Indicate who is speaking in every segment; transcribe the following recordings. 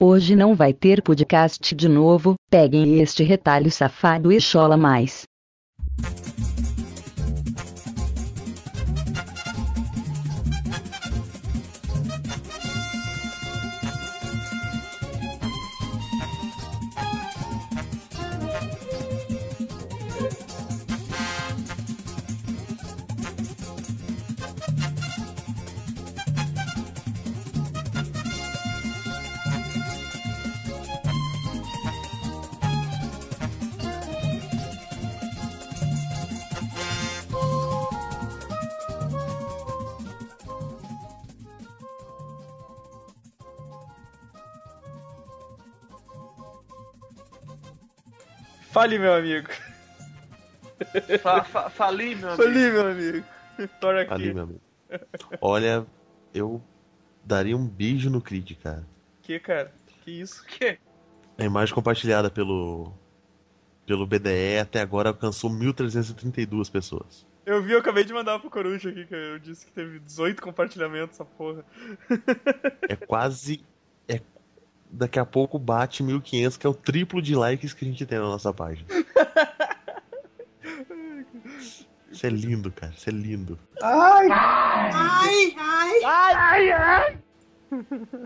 Speaker 1: Hoje não vai ter podcast de novo, peguem este retalho safado e chola mais.
Speaker 2: Fale, meu amigo.
Speaker 3: Fa, fa, fali, meu amigo.
Speaker 2: Fale, meu amigo. Tora aqui.
Speaker 4: Ali, meu amigo. Olha, eu daria um beijo no Creed, cara.
Speaker 2: Que, cara? Que isso?
Speaker 3: Que?
Speaker 4: A imagem compartilhada pelo pelo BDE até agora alcançou 1.332 pessoas.
Speaker 2: Eu vi, eu acabei de mandar pro Coruja aqui, que eu disse que teve 18 compartilhamentos, essa porra.
Speaker 4: É quase é daqui a pouco bate 1.500, que é o triplo de likes que a gente tem na nossa página. Isso é lindo, cara. Isso é lindo.
Speaker 5: Ai, ai.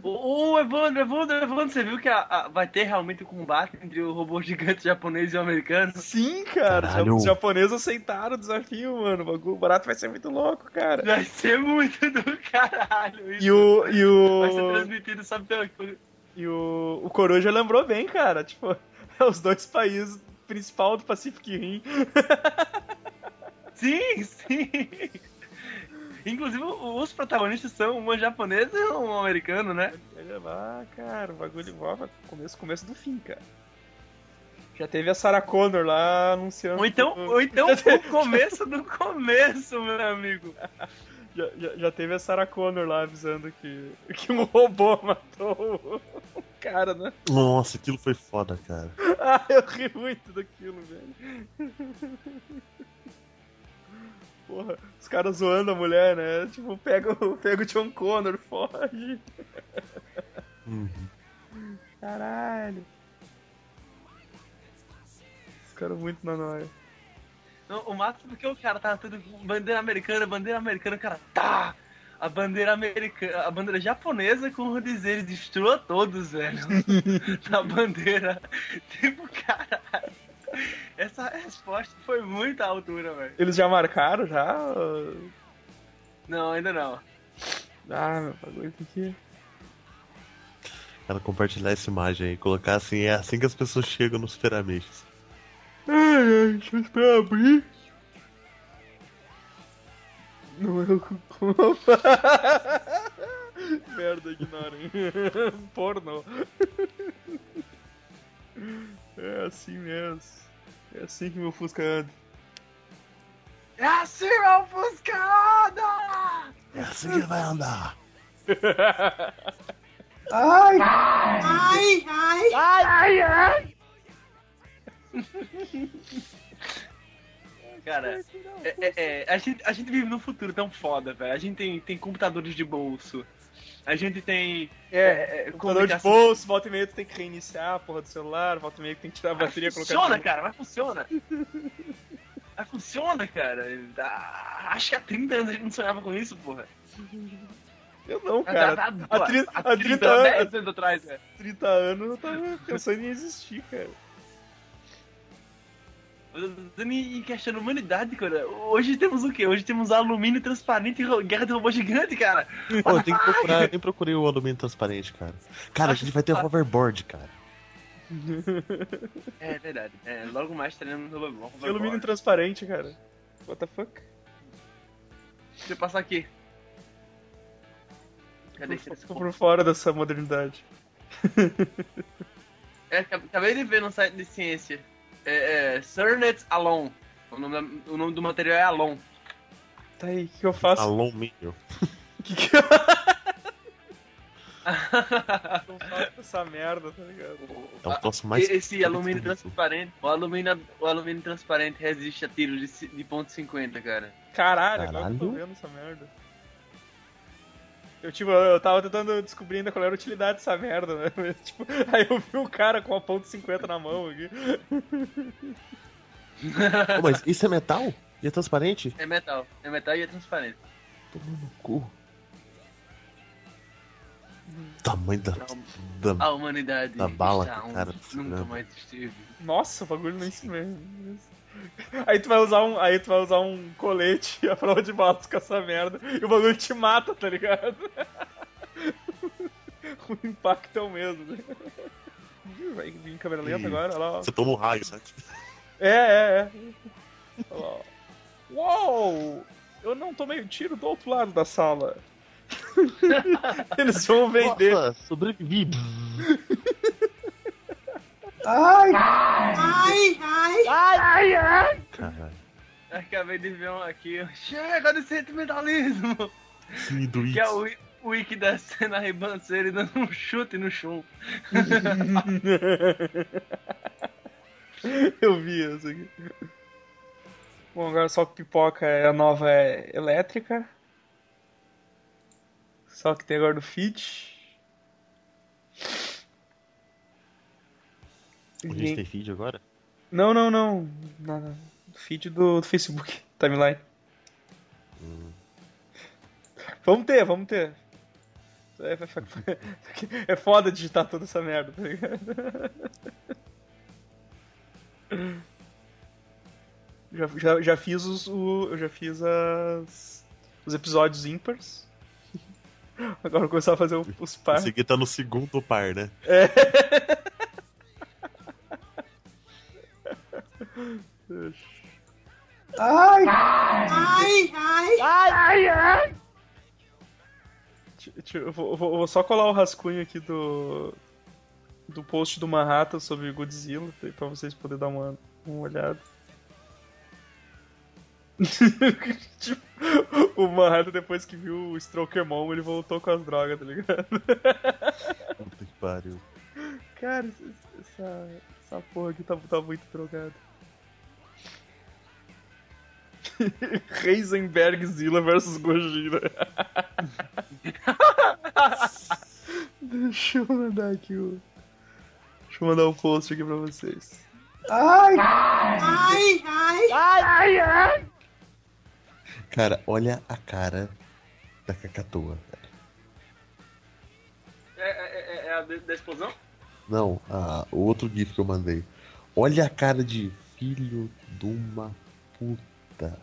Speaker 3: Ô, ô, Evandro, Evandro, Evandro, você viu que a- a- vai ter realmente um combate entre o robô gigante japonês e o americano?
Speaker 2: Sim, cara.
Speaker 4: Caralho.
Speaker 2: Os japoneses aceitaram o desafio, mano. O bagulho barato vai ser muito louco, cara.
Speaker 3: Vai ser muito do caralho isso.
Speaker 2: E o. E
Speaker 3: Vai ser
Speaker 2: o.
Speaker 3: transmitido, sabe pela coisa?
Speaker 2: E o, o Coruja lembrou bem, cara. Tipo, é os dois países principal do Pacific Rim.
Speaker 3: Sim, sim. Inclusive, os protagonistas são uma japonesa e um americano, né?
Speaker 2: Olha lá, cara, o bagulho volta começo, começo do fim, cara. Já teve a Sarah Connor lá anunciando.
Speaker 3: Ou então,
Speaker 2: que-
Speaker 3: ou então o começo do começo, meu amigo.
Speaker 2: Já, já- já teve a Sarah Connor lá avisando que, que um robô matou o cara, né?
Speaker 4: Nossa, aquilo foi foda, cara.
Speaker 2: Ah, eu ri muito daquilo, velho. Porra, os caras zoando a mulher, né? Tipo, pega, o- pega o John Connor, foge.
Speaker 4: Uhum.
Speaker 2: Caralho. Os caras muito na noia.
Speaker 3: Não, o máximo que o cara tava tudo com bandeira americana, bandeira americana, o cara tá! A bandeira americana, a bandeira japonesa com o dizer destrua todos, velho. Na bandeira. Tipo, cara. Essa resposta foi muito à altura, velho.
Speaker 2: Eles já marcaram, já?
Speaker 3: Não, ainda não.
Speaker 2: Ah, meu bagulho tem que...
Speaker 4: Cara, compartilhar essa imagem aí, colocar assim, é assim que as pessoas chegam nos Super Amigos.
Speaker 2: Ai, ai, deixa eu esperar abrir. Não é o como. Merda, ignorem. Porno. É assim mesmo. É assim que meu Fusca anda.
Speaker 3: É assim, meu buscada!
Speaker 4: É assim que vai andar.
Speaker 5: Ai, ai.
Speaker 3: Cara, é- é- é, a, gente, a gente vive num futuro tão foda, velho. A gente tem, tem computadores de bolso. A gente tem. é,
Speaker 2: Computador
Speaker 3: é,
Speaker 2: de
Speaker 3: comunicação-
Speaker 2: bolso, volta e meia tu tem que reiniciar a porra do celular, volta e meia que tem que tirar a bateria e colocar. de
Speaker 3: Ah, funciona,
Speaker 2: novo.
Speaker 3: cara, mas funciona. Mas funciona, cara. Ah, Acho que há 30 anos a gente não sonhava com isso, porra.
Speaker 2: Eu
Speaker 3: Ah,
Speaker 2: não, cara.
Speaker 3: há,
Speaker 2: há 30
Speaker 3: há
Speaker 2: há 30 anos-
Speaker 3: 10 anos atrás, né?
Speaker 2: 30 anos eu tava pensando em existir, cara.
Speaker 3: E questionando a humanidade, cara. Hoje temos o quê? Hoje temos alumínio transparente e ro- guerra de robô gigante, cara.
Speaker 4: Ô, eu tenho que procurar, eu nem procurei o alumínio transparente, cara. Cara, a gente vai ter um hoverboard, cara.
Speaker 3: É verdade. É, logo mais teremos o robô.
Speaker 2: Que alumínio transparente, cara. What the fuck?
Speaker 3: Deixa eu passar aqui. Cadê que
Speaker 2: Ficou por fora dessa modernidade.
Speaker 3: É, acabei de ver no site de ciência. É, é Cernet Alon. O nome, da- o nome do material é Alon.
Speaker 2: Tá aí, o que que eu faço?
Speaker 4: Alumínio.
Speaker 2: O que que eu eu faço com essa merda, tá ligado?
Speaker 4: É o
Speaker 3: Ah,
Speaker 4: troço mais.
Speaker 3: Esse alumínio
Speaker 4: bonito.
Speaker 3: transparente, o alumínio, o alumínio transparente resiste a tiro de, ci- de ponto .50, cara.
Speaker 2: Caralho, agora que eu tô
Speaker 4: Caralho.
Speaker 2: vendo essa merda. Eu, tipo, eu tava tentando descobrir ainda qual era a utilidade dessa merda, né? Mas, tipo, aí eu vi um cara com a ponto 50 na mão aqui.
Speaker 4: Ô, mas isso é metal? E é transparente?
Speaker 3: É metal. É metal e é transparente.
Speaker 4: Toma no cu. Tamanho da. da-
Speaker 3: A humanidade
Speaker 4: Da bala,
Speaker 3: está onde
Speaker 4: cara,
Speaker 3: nunca
Speaker 4: né?
Speaker 3: mais esteve.
Speaker 2: Nossa, o bagulho nem se mesmo. Aí tu vai usar um, aí tu vai usar um colete a prova de balas com essa merda e o bagulho te mata, tá ligado? o impacto é o mesmo, né? Ih, Vai vir em câmera lenta
Speaker 4: Ih.
Speaker 2: agora, olha lá. ó.
Speaker 4: Você toma um raio, sabe?
Speaker 2: É, é, é. Olha lá. ó. Uou! Eu não tomei um tiro do outro lado da sala. Eles vão vender.
Speaker 4: Nossa, sobrevivi.
Speaker 5: ai, ai,
Speaker 4: Caralho.
Speaker 3: Acabei de ver um aqui. Chega de sentimentalismo!
Speaker 4: Que doido.
Speaker 3: Que é o, Wi- o Wiki descendo a ribanceira e dando um chute no chão.
Speaker 2: Eu vi isso aqui. Bom, agora só que pipoca é a nova é elétrica. Só que tem agora do Fit.
Speaker 4: A gente tem feed agora?
Speaker 2: Não, não, não. Nada. Do feed do, do Facebook, timeline. Vamos ter, vamos ter. É, vai ficar- é foda digitar toda essa merda, tá ligado? Já, já, já fiz os. O, eu já fiz as. os episódios ímpares. Agora eu vou começar a fazer o- os par.
Speaker 4: Esse aqui tá no segundo par, né?
Speaker 5: ai, ai.
Speaker 2: Ti- ti- Eu vou, eu vou- eu vou só colar o rascunho aqui do. do post do Manhattan sobre Godzilla, pra- pra vocês poderem dar uma, uma olhada. Tipo, o Manhattan, depois que viu o Stroker Mom, ele voltou com as drogas, tá ligado?
Speaker 4: Puta que pariu.
Speaker 2: Cara, esse- essa, essa porra aqui tá, tá muito drogada. Heisenberg Zilla versus Gojira. Deixa eu mandar aqui o. Deixa eu mandar o post aqui pra vocês.
Speaker 5: Ai, ai.
Speaker 4: Cara, olha a cara da cacatoa.
Speaker 3: É, é- é- é a de- da explosão?
Speaker 4: Não, a- o outro gif que eu mandei. Olha a cara de filho de uma puta.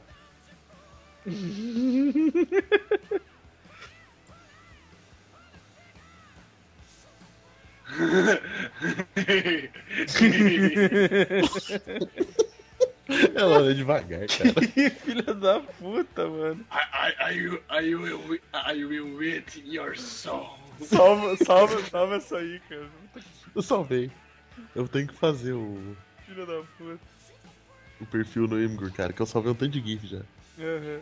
Speaker 4: Ela olha devagar, cara.
Speaker 2: Que filha da puta, mano.
Speaker 3: I will eat your soul.
Speaker 2: Salva, salva, salva essa aí, cara.
Speaker 4: Eu salvei. Eu tenho que fazer o,
Speaker 2: Filha da puta.
Speaker 4: o perfil no Imgur, cara, que eu salvei um tanto de gif já.
Speaker 2: Aham.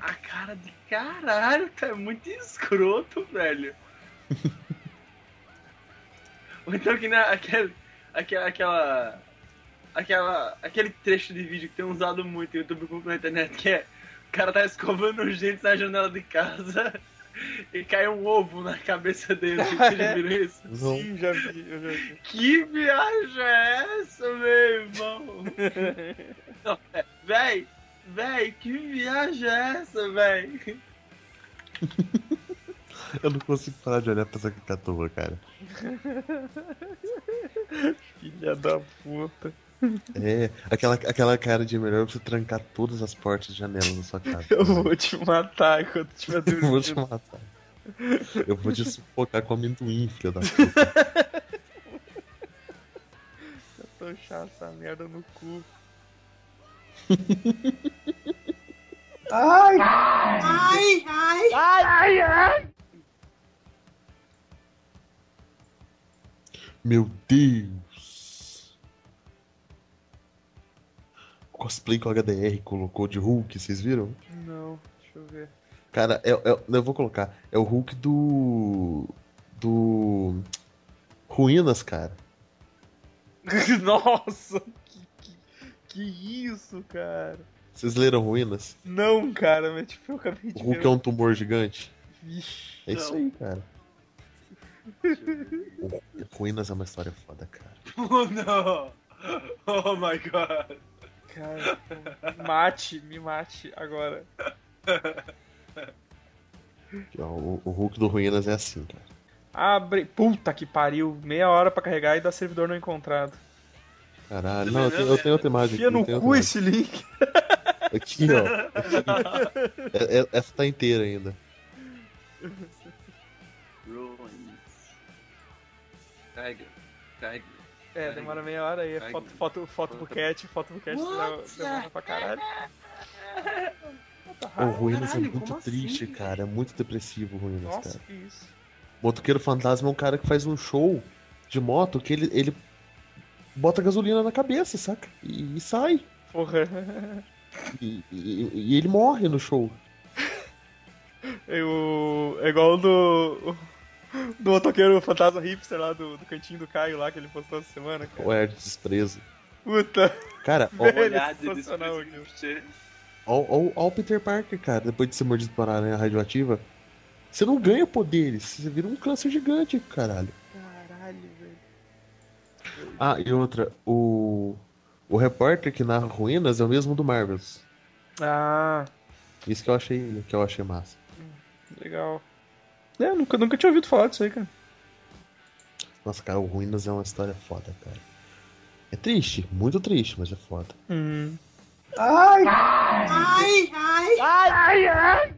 Speaker 3: A cara de caralho, tá muito escroto, velho. Ou então que nem aquele, aquela, aquela, aquela, aquele trecho de vídeo que tem usado muito no YouTube como na internet, que é o cara tá escovando os dentes na janela de casa e cai um ovo na cabeça dele. Vocês já viram isso?
Speaker 4: Não.
Speaker 2: Sim, já vi, eu já vi.
Speaker 3: Que viagem é essa, meu irmão? Não, é, véi, véi, que viagem é essa, véi?
Speaker 4: Eu não consigo parar de olhar pra essa cacatoa, cara.
Speaker 2: Filha da puta.
Speaker 4: É, aquela, aquela cara de melhor você trancar todas as portas e janelas da sua casa.
Speaker 2: Eu vou te matar enquanto tiver
Speaker 4: Eu vou te
Speaker 2: dormindo.
Speaker 4: matar. Eu vou te sufocar com amendoim, filha da puta.
Speaker 2: Tochar essa merda no cu.
Speaker 5: Ai, ai.
Speaker 4: Meu Deus! O cosplay que o HDR colocou de Hulk, vocês viram?
Speaker 2: Não, deixa eu ver.
Speaker 4: Cara, é, é- eu vou colocar. É o Hulk do. Do. Ruínas, cara.
Speaker 2: Nossa, que, que, que isso, cara.
Speaker 4: Vocês leram Ruínas?
Speaker 2: Não, cara, mas tipo, eu acabei de
Speaker 4: O Hulk
Speaker 2: ver.
Speaker 4: é um tumor gigante?
Speaker 2: Vixe.
Speaker 4: É isso
Speaker 3: Não.
Speaker 4: aí, cara. O- Ruínas é uma história foda, cara.
Speaker 3: Oh, não. Oh my god.
Speaker 2: Cara, me mate, me mate agora.
Speaker 4: Aqui, ó, O, o Hulk do Ruínas é assim, cara.
Speaker 2: Abre. Puta que pariu. Meia hora pra carregar e dá servidor não encontrado.
Speaker 4: Caralho, não, eu tenho, eu tenho outra imagem
Speaker 2: Enfia
Speaker 4: aqui. eu
Speaker 2: no
Speaker 4: tenho
Speaker 2: cu
Speaker 4: outra
Speaker 2: esse link.
Speaker 4: imagem. Aqui, ó. É- é- Essa tá inteira ainda.
Speaker 3: Ruins. Tiger. Tiger.
Speaker 2: É, demora meia hora aí. É
Speaker 3: Ai,
Speaker 2: foto, foto, foto buquete, foto buquete demora, demora pra caralho. Puta
Speaker 4: O
Speaker 2: raiva.
Speaker 3: Ah,
Speaker 4: Ruínas é
Speaker 3: caralho,
Speaker 4: muito
Speaker 3: como
Speaker 4: triste,
Speaker 3: assim,
Speaker 4: cara. É muito depressivo o Ruínas,
Speaker 2: Nossa,
Speaker 4: cara.
Speaker 2: que isso.
Speaker 4: Motoqueiro Fantasma é um cara que faz um show de moto que ele, ele bota gasolina na cabeça, saca? E, e sai.
Speaker 2: Porra.
Speaker 4: E, e- e ele morre no show.
Speaker 2: Eu, é igual o do. Do motoqueiro fantasma hipster lá do, do cantinho do Caio lá que ele postou essa semana, cara.
Speaker 4: O é desprezo.
Speaker 2: Puta.
Speaker 4: Cara, ó,
Speaker 2: Velho,
Speaker 3: Olhada de
Speaker 2: sensacional aquilo.
Speaker 4: ó, ó, ó o Peter Parker, cara, depois de ser mordido por aranha radioativa. Você não ganha poderes, você vira um câncer gigante, caralho.
Speaker 2: Caralho, velho.
Speaker 4: Ah, e outra, o. O repórter que narra ruínas é o mesmo do Marvels.
Speaker 2: Ah,
Speaker 4: Isso que eu achei, que eu achei massa.
Speaker 2: legal. É, nunca, nunca tinha ouvido falar disso aí, cara.
Speaker 4: Nossa, cara, o Ruínas é uma história foda, cara. É triste, muito triste, mas é foda.
Speaker 2: Hum.
Speaker 5: ai, ai,
Speaker 2: Ah,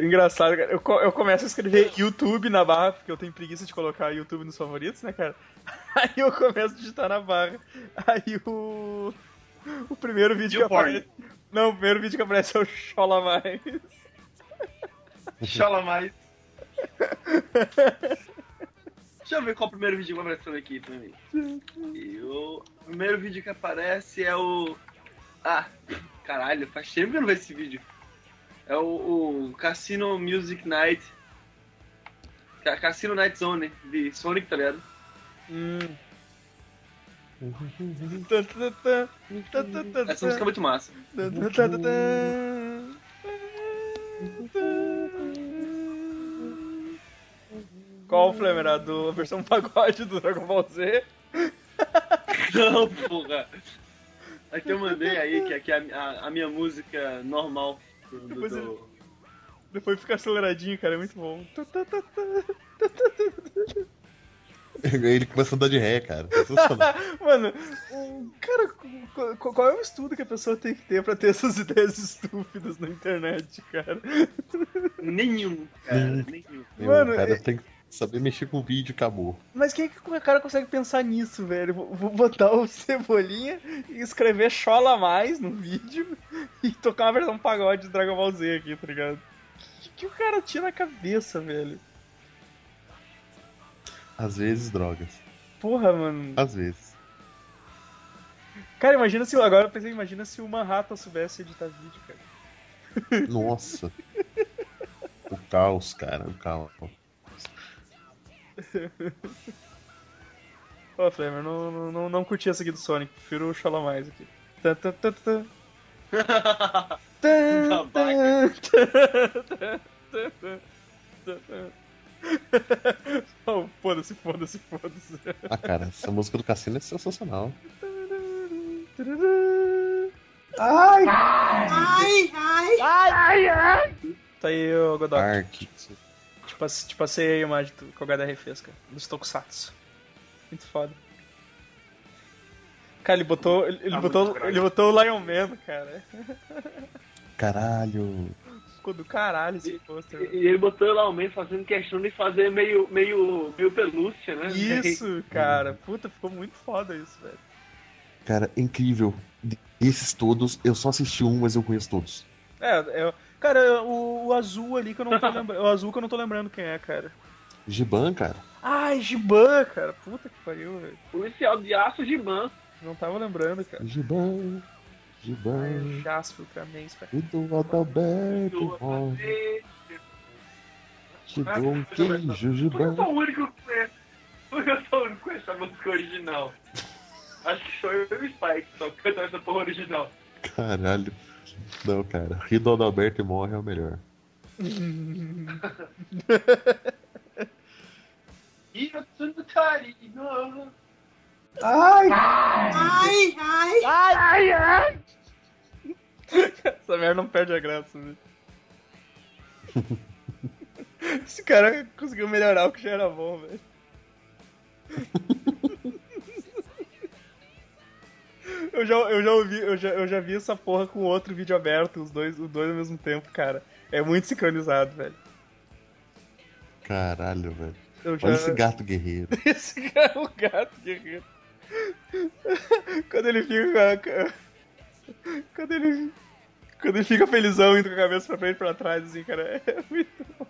Speaker 2: Engraçado, cara. Eu, co- eu começo a escrever YouTube na barra, porque eu tenho preguiça de colocar YouTube nos favoritos, né, cara? Aí eu começo a digitar na barra. Aí o. O primeiro vídeo que
Speaker 3: Newborn.
Speaker 2: aparece. Não, o primeiro vídeo que aparece é o Chola Mais.
Speaker 3: Chola mais. Deixa eu ver qual é o primeiro vídeo que apareceu aqui pra mim. E o primeiro vídeo que aparece é o. Ah, caralho, faz tempo que eu não vejo esse vídeo. É o, o Casino Music Night. Ca- Casino Night Zone, de Sonic, tá ligado?
Speaker 2: Hum.
Speaker 3: Essa música é muito massa.
Speaker 2: Qual o Flamer? A do- a versão pagode do Dragon Ball Z?
Speaker 3: Não, porra! A que eu mandei aí, que é, que é a, a- a minha música normal do- do-
Speaker 2: Depois eu-
Speaker 3: do,
Speaker 2: Depois fica aceleradinho, cara, é muito bom.
Speaker 4: Ele começa a andar de ré, cara. Tá Sensacional.
Speaker 2: Mano, o- cara, qu- qu- qual é o estudo que a pessoa tem que ter pra ter essas ideias estúpidas na internet, cara?
Speaker 3: Nenhum, cara, nenhum.
Speaker 2: Mano,
Speaker 4: Meu, cara
Speaker 2: é-
Speaker 4: tem que saber mexer com o vídeo, acabou.
Speaker 2: Mas quem é que o cara consegue pensar nisso, velho? Vou vou botar o Cebolinha e escrever Chola Mais no vídeo e tocar uma versão pagode de Dragon Ball Z aqui, tá ligado? O que, que o cara tira na cabeça, velho?
Speaker 4: Às vezes, drogas.
Speaker 2: Porra, mano.
Speaker 4: Às vezes.
Speaker 2: Cara, imagina se. Agora eu pensei, imagina se o Manhattan soubesse editar vídeo, cara.
Speaker 4: Nossa. O caos, cara, o caos.
Speaker 2: Ó, Flamer, não, não, não, não curti essa aqui do Sonic, prefiro o Chola Mais aqui. Tan, tan, tan, tan. Tan, tan, tan, tan, tan, tan, tan. Oh, foda-se, foda-se, foda-se.
Speaker 4: Ah, cara, essa música do Cassino é sensacional.
Speaker 5: ai, ai.
Speaker 2: Tá aí, ô Godot.
Speaker 4: Dark.
Speaker 2: Te, passe- te passei aí tipo, a imagem do- que o HDR fez, cara. Dos Tokusatsu. Muito foda. Cara, ele botou. Ele, ele
Speaker 3: Tá muito
Speaker 2: botou,
Speaker 3: grande.
Speaker 2: ele botou o Lion Man, cara.
Speaker 4: Caralho.
Speaker 2: Ficou do caralho esse pôster.
Speaker 3: E ele botou lá o meio fazendo questão de fazer meio, meio, meio pelúcia, né?
Speaker 2: Isso, cara. Uhum. Puta, ficou muito foda isso, velho.
Speaker 4: Cara, incrível. Desses todos, eu só assisti um, mas eu conheço todos.
Speaker 2: É, é- cara, o, o azul ali que eu não tô lembrando. O azul que eu não tô lembrando quem é, cara.
Speaker 4: Giban, cara.
Speaker 2: Ai, Giban, cara. Puta que pariu, velho.
Speaker 3: Policial de aço de ban.
Speaker 2: Não tava lembrando, cara.
Speaker 4: Giban.
Speaker 2: Ai,
Speaker 4: Giban.
Speaker 2: o Jasper pra mim, cara.
Speaker 4: E do Adalberto Rocha,
Speaker 3: Eu
Speaker 4: te dou um queijo
Speaker 3: sou
Speaker 4: gibão.
Speaker 3: o único que conhece. Eu sou o único que conhece a música original. Acho que sou eu e o Spike, só cantando essa porra original.
Speaker 4: Caralho. Não, cara. Ri do Adalberto e morre é o melhor.
Speaker 3: Yotsunutari, não.
Speaker 2: Ai!
Speaker 5: ai, ai.
Speaker 2: Essa merda não perde a graça, né? velho. Esse cara conseguiu melhorar o que já era bom, velho. Eu já, eu já ouvi, eu já, eu já vi essa porra com outro vídeo aberto, os dois, os dois ao mesmo tempo, cara. É muito sincronizado, velho.
Speaker 4: Caralho, velho.
Speaker 2: Eu já...
Speaker 4: Olha esse gato guerreiro.
Speaker 2: Esse cara é um gato guerreiro. Quando ele fica com a- Quando ele. Quando ele fica felizão indo com a cabeça pra frente e pra trás, assim, cara. É muito bom.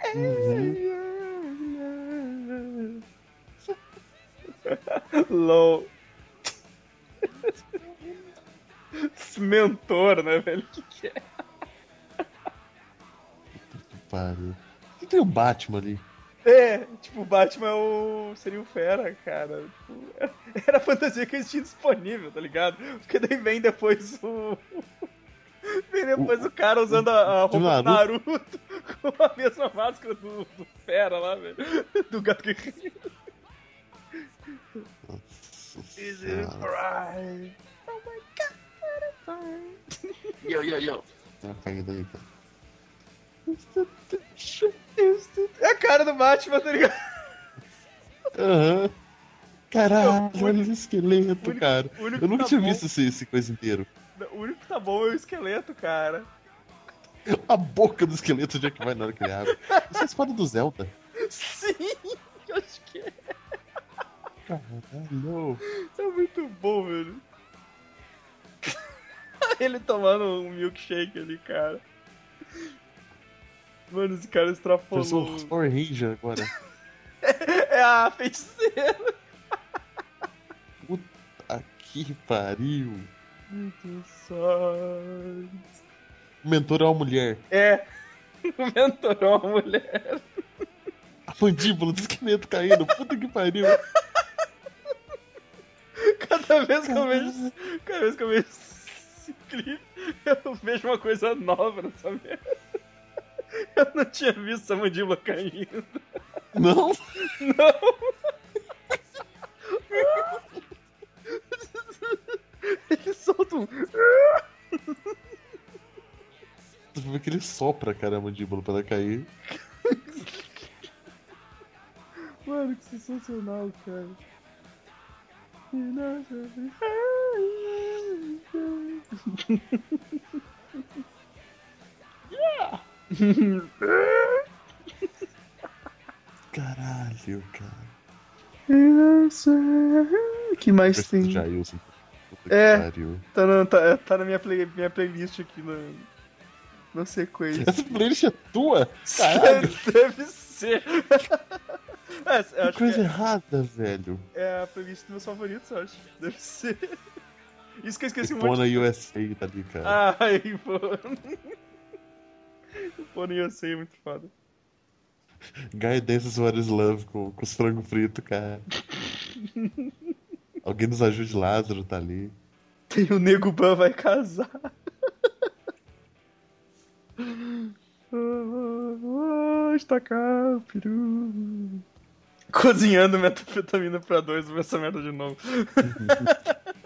Speaker 2: É, é. LOL. Esse mentor, né, velho? Que que é?
Speaker 4: Que pariu. E tem o Batman ali.
Speaker 2: É, tipo, o Batman é o... seria o Fera, cara. Tipo, era- era a fantasia que eles tinham disponível, tá ligado? Porque daí vem depois o. Vem depois o, cara usando a, a
Speaker 4: do
Speaker 2: roupa do Naruto. com a mesma máscara do, do Fera lá, velho. Do gato guerreiro.
Speaker 4: Nossa
Speaker 3: Is
Speaker 4: Senhora.
Speaker 3: it right? Yo, yo, yo.
Speaker 4: Tá caindo aí, cara.
Speaker 2: É a cara do Batman, tá ligado?
Speaker 4: Aham. Caralho, olha esse esqueleto,
Speaker 2: único-
Speaker 4: cara.
Speaker 2: o único
Speaker 4: Eu nunca
Speaker 2: tá
Speaker 4: tinha
Speaker 2: bom.
Speaker 4: visto esse, esse coisa inteiro.
Speaker 2: O único que tá bom é o esqueleto, cara.
Speaker 4: A boca do esqueleto já que vai na hora que ele abre. Isso é a espada do Zelda.
Speaker 2: Sim! Eu acho que é.
Speaker 4: Caralho.
Speaker 2: É muito bom, velho. Ele tomando um milkshake ali, cara. Mano, esse cara
Speaker 4: Eu sou
Speaker 2: extrapolou.
Speaker 4: o Power Ranger agora.
Speaker 2: É a feiticeira.
Speaker 4: Aqui pariu.
Speaker 2: Muito sorte.
Speaker 4: O mentor é uma mulher.
Speaker 2: É. O mentor é uma mulher.
Speaker 4: A mandíbula do esqueleto caindo. Puta que pariu.
Speaker 2: Cada vez que eu vejo. Cada vez que eu vejo esse clipe, eu vejo uma coisa nova nessa merda. Eu não tinha visto essa mandíbula caindo.
Speaker 4: Não?
Speaker 2: Não! Ele solta um.
Speaker 4: Tu vê que ele sopra, cara, a mandíbula pra ela cair.
Speaker 2: Mano, que sensacional, cara.
Speaker 4: Caralho, cara.
Speaker 2: Que mais
Speaker 4: Esse do
Speaker 2: tem?
Speaker 4: Jailson. Puta que
Speaker 2: É.
Speaker 4: pariu.
Speaker 2: Tá na, tá, tá na minha, play- minha playlist aqui na, na sequência.
Speaker 4: Essa playlist é tua? Caralho.
Speaker 2: Deve ser. É, eu
Speaker 4: Que
Speaker 2: acho que é-
Speaker 4: coisa errada, velho.
Speaker 2: É a playlist dos meus favoritos, eu acho. Deve ser. Isso que eu esqueci um monte. Ah.
Speaker 4: Ipona USA tá ali, cara.
Speaker 2: Ai, pô. Pô, nem eu sei, é muito foda.
Speaker 4: Guy Dances What is Love com, com os frango frito, cara. Alguém nos ajude, Lázaro tá ali.
Speaker 2: Tem o Nego Ban vai casar. Está cá, peru. Cozinhando metafetamina pra dois, vou ver essa merda de novo.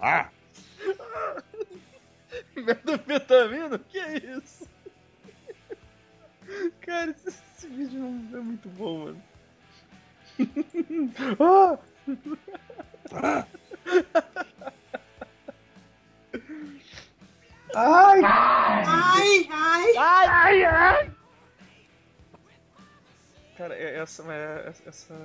Speaker 4: Ah!
Speaker 2: Metafetamina? Que é isso? Cara, esse, esse vídeo não- é muito bom, mano. Ah! Ai!
Speaker 5: Ai, ai.
Speaker 2: Cara, é- essa, é- essa,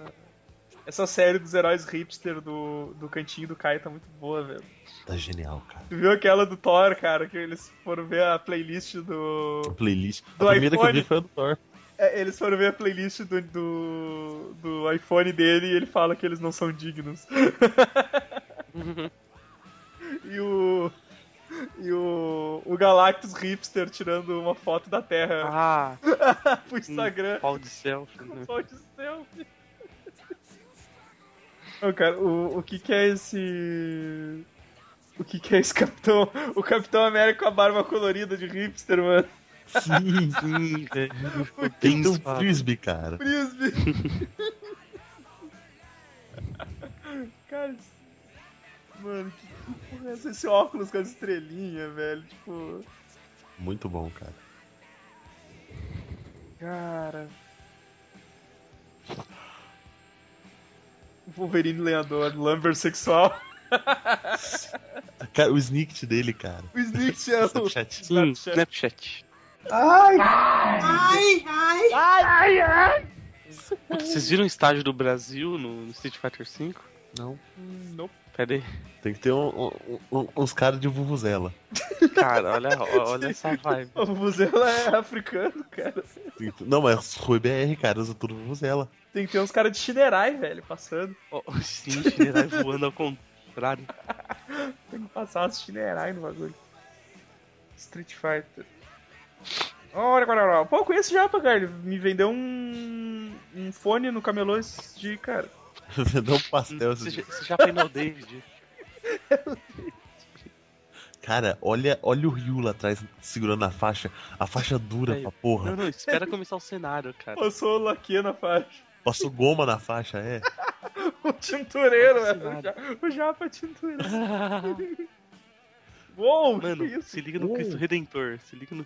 Speaker 2: essa série dos heróis hipster do, do cantinho do Kai tá muito boa, velho.
Speaker 4: Tá genial, cara.
Speaker 2: Tu viu aquela do Thor, cara, que eles foram ver a playlist do.
Speaker 4: A playlist.
Speaker 2: Do
Speaker 4: a primeira que eu
Speaker 2: iPhone.
Speaker 4: vi foi a do Thor.
Speaker 2: É, eles foram ver a playlist do, do, do iPhone dele e ele fala que eles não são dignos. e o. E o. O Galactus Hipster tirando uma foto da Terra
Speaker 6: Ah,
Speaker 2: Hum. pro Instagram.
Speaker 6: pau de selfie.
Speaker 2: Com
Speaker 6: né?
Speaker 2: sol de selfie. Ô, cara, o, o que que é esse... O que que é esse Capitão... O Capitão América com a barba colorida de hipster, mano.
Speaker 4: Sim, sim.
Speaker 2: O que
Speaker 4: Tem um frisbee, cara.
Speaker 2: Frisbee. cara, mano, que porra é essa? esse óculos com as estrelinhas, velho? Tipo,
Speaker 4: Muito bom, cara.
Speaker 2: cara. Wolverine lenhador, lumber sexual.
Speaker 4: Cara, o snicket dele, cara.
Speaker 2: O Snitch é o.
Speaker 4: Snapchat.
Speaker 6: Sim,
Speaker 2: Snapchat.
Speaker 6: Snapchat.
Speaker 2: Ai,
Speaker 5: ai, ai.
Speaker 6: Putz, vocês viram o estágio do Brasil no, no Street Fighter V?
Speaker 4: Não.
Speaker 2: não.
Speaker 6: Pera aí.
Speaker 4: Tem que ter um- um- um- uns caras de vuvuzela.
Speaker 6: Cara, olha, olha essa vibe.
Speaker 2: O Vuvuzela é africano, cara.
Speaker 4: Tem que- Não, mas foi BR, cara. Usa tudo vuvuzela.
Speaker 2: Tem que ter uns caras de Shinerai, velho, passando.
Speaker 6: Ó, O Cinti vai voando ao contrário.
Speaker 2: Tem que passar as Shinerai no bagulho. Street Fighter. Olha, olha, olha. Pô, eu conheço o Japa, cara. Ele me vendeu um. um fone no camelô esse dia, cara.
Speaker 4: Não um pastel.
Speaker 6: Você, já- você já foi no David?
Speaker 4: Cara, olha, olha o Ryu lá atrás segurando a faixa. A faixa dura
Speaker 6: Aí.
Speaker 4: pra
Speaker 6: Não,
Speaker 4: porra.
Speaker 6: não, espera começar o cenário, cara.
Speaker 2: Passou o laque na faixa.
Speaker 4: Passou goma na faixa, é.
Speaker 2: O tintureiro,
Speaker 6: Não
Speaker 2: velho.
Speaker 6: acontece
Speaker 2: O Ja- O Japa é tintureiro. Uou,
Speaker 6: Mano,
Speaker 2: que isso?
Speaker 6: se liga no
Speaker 4: Uou.
Speaker 6: Cristo Redentor. Se liga no.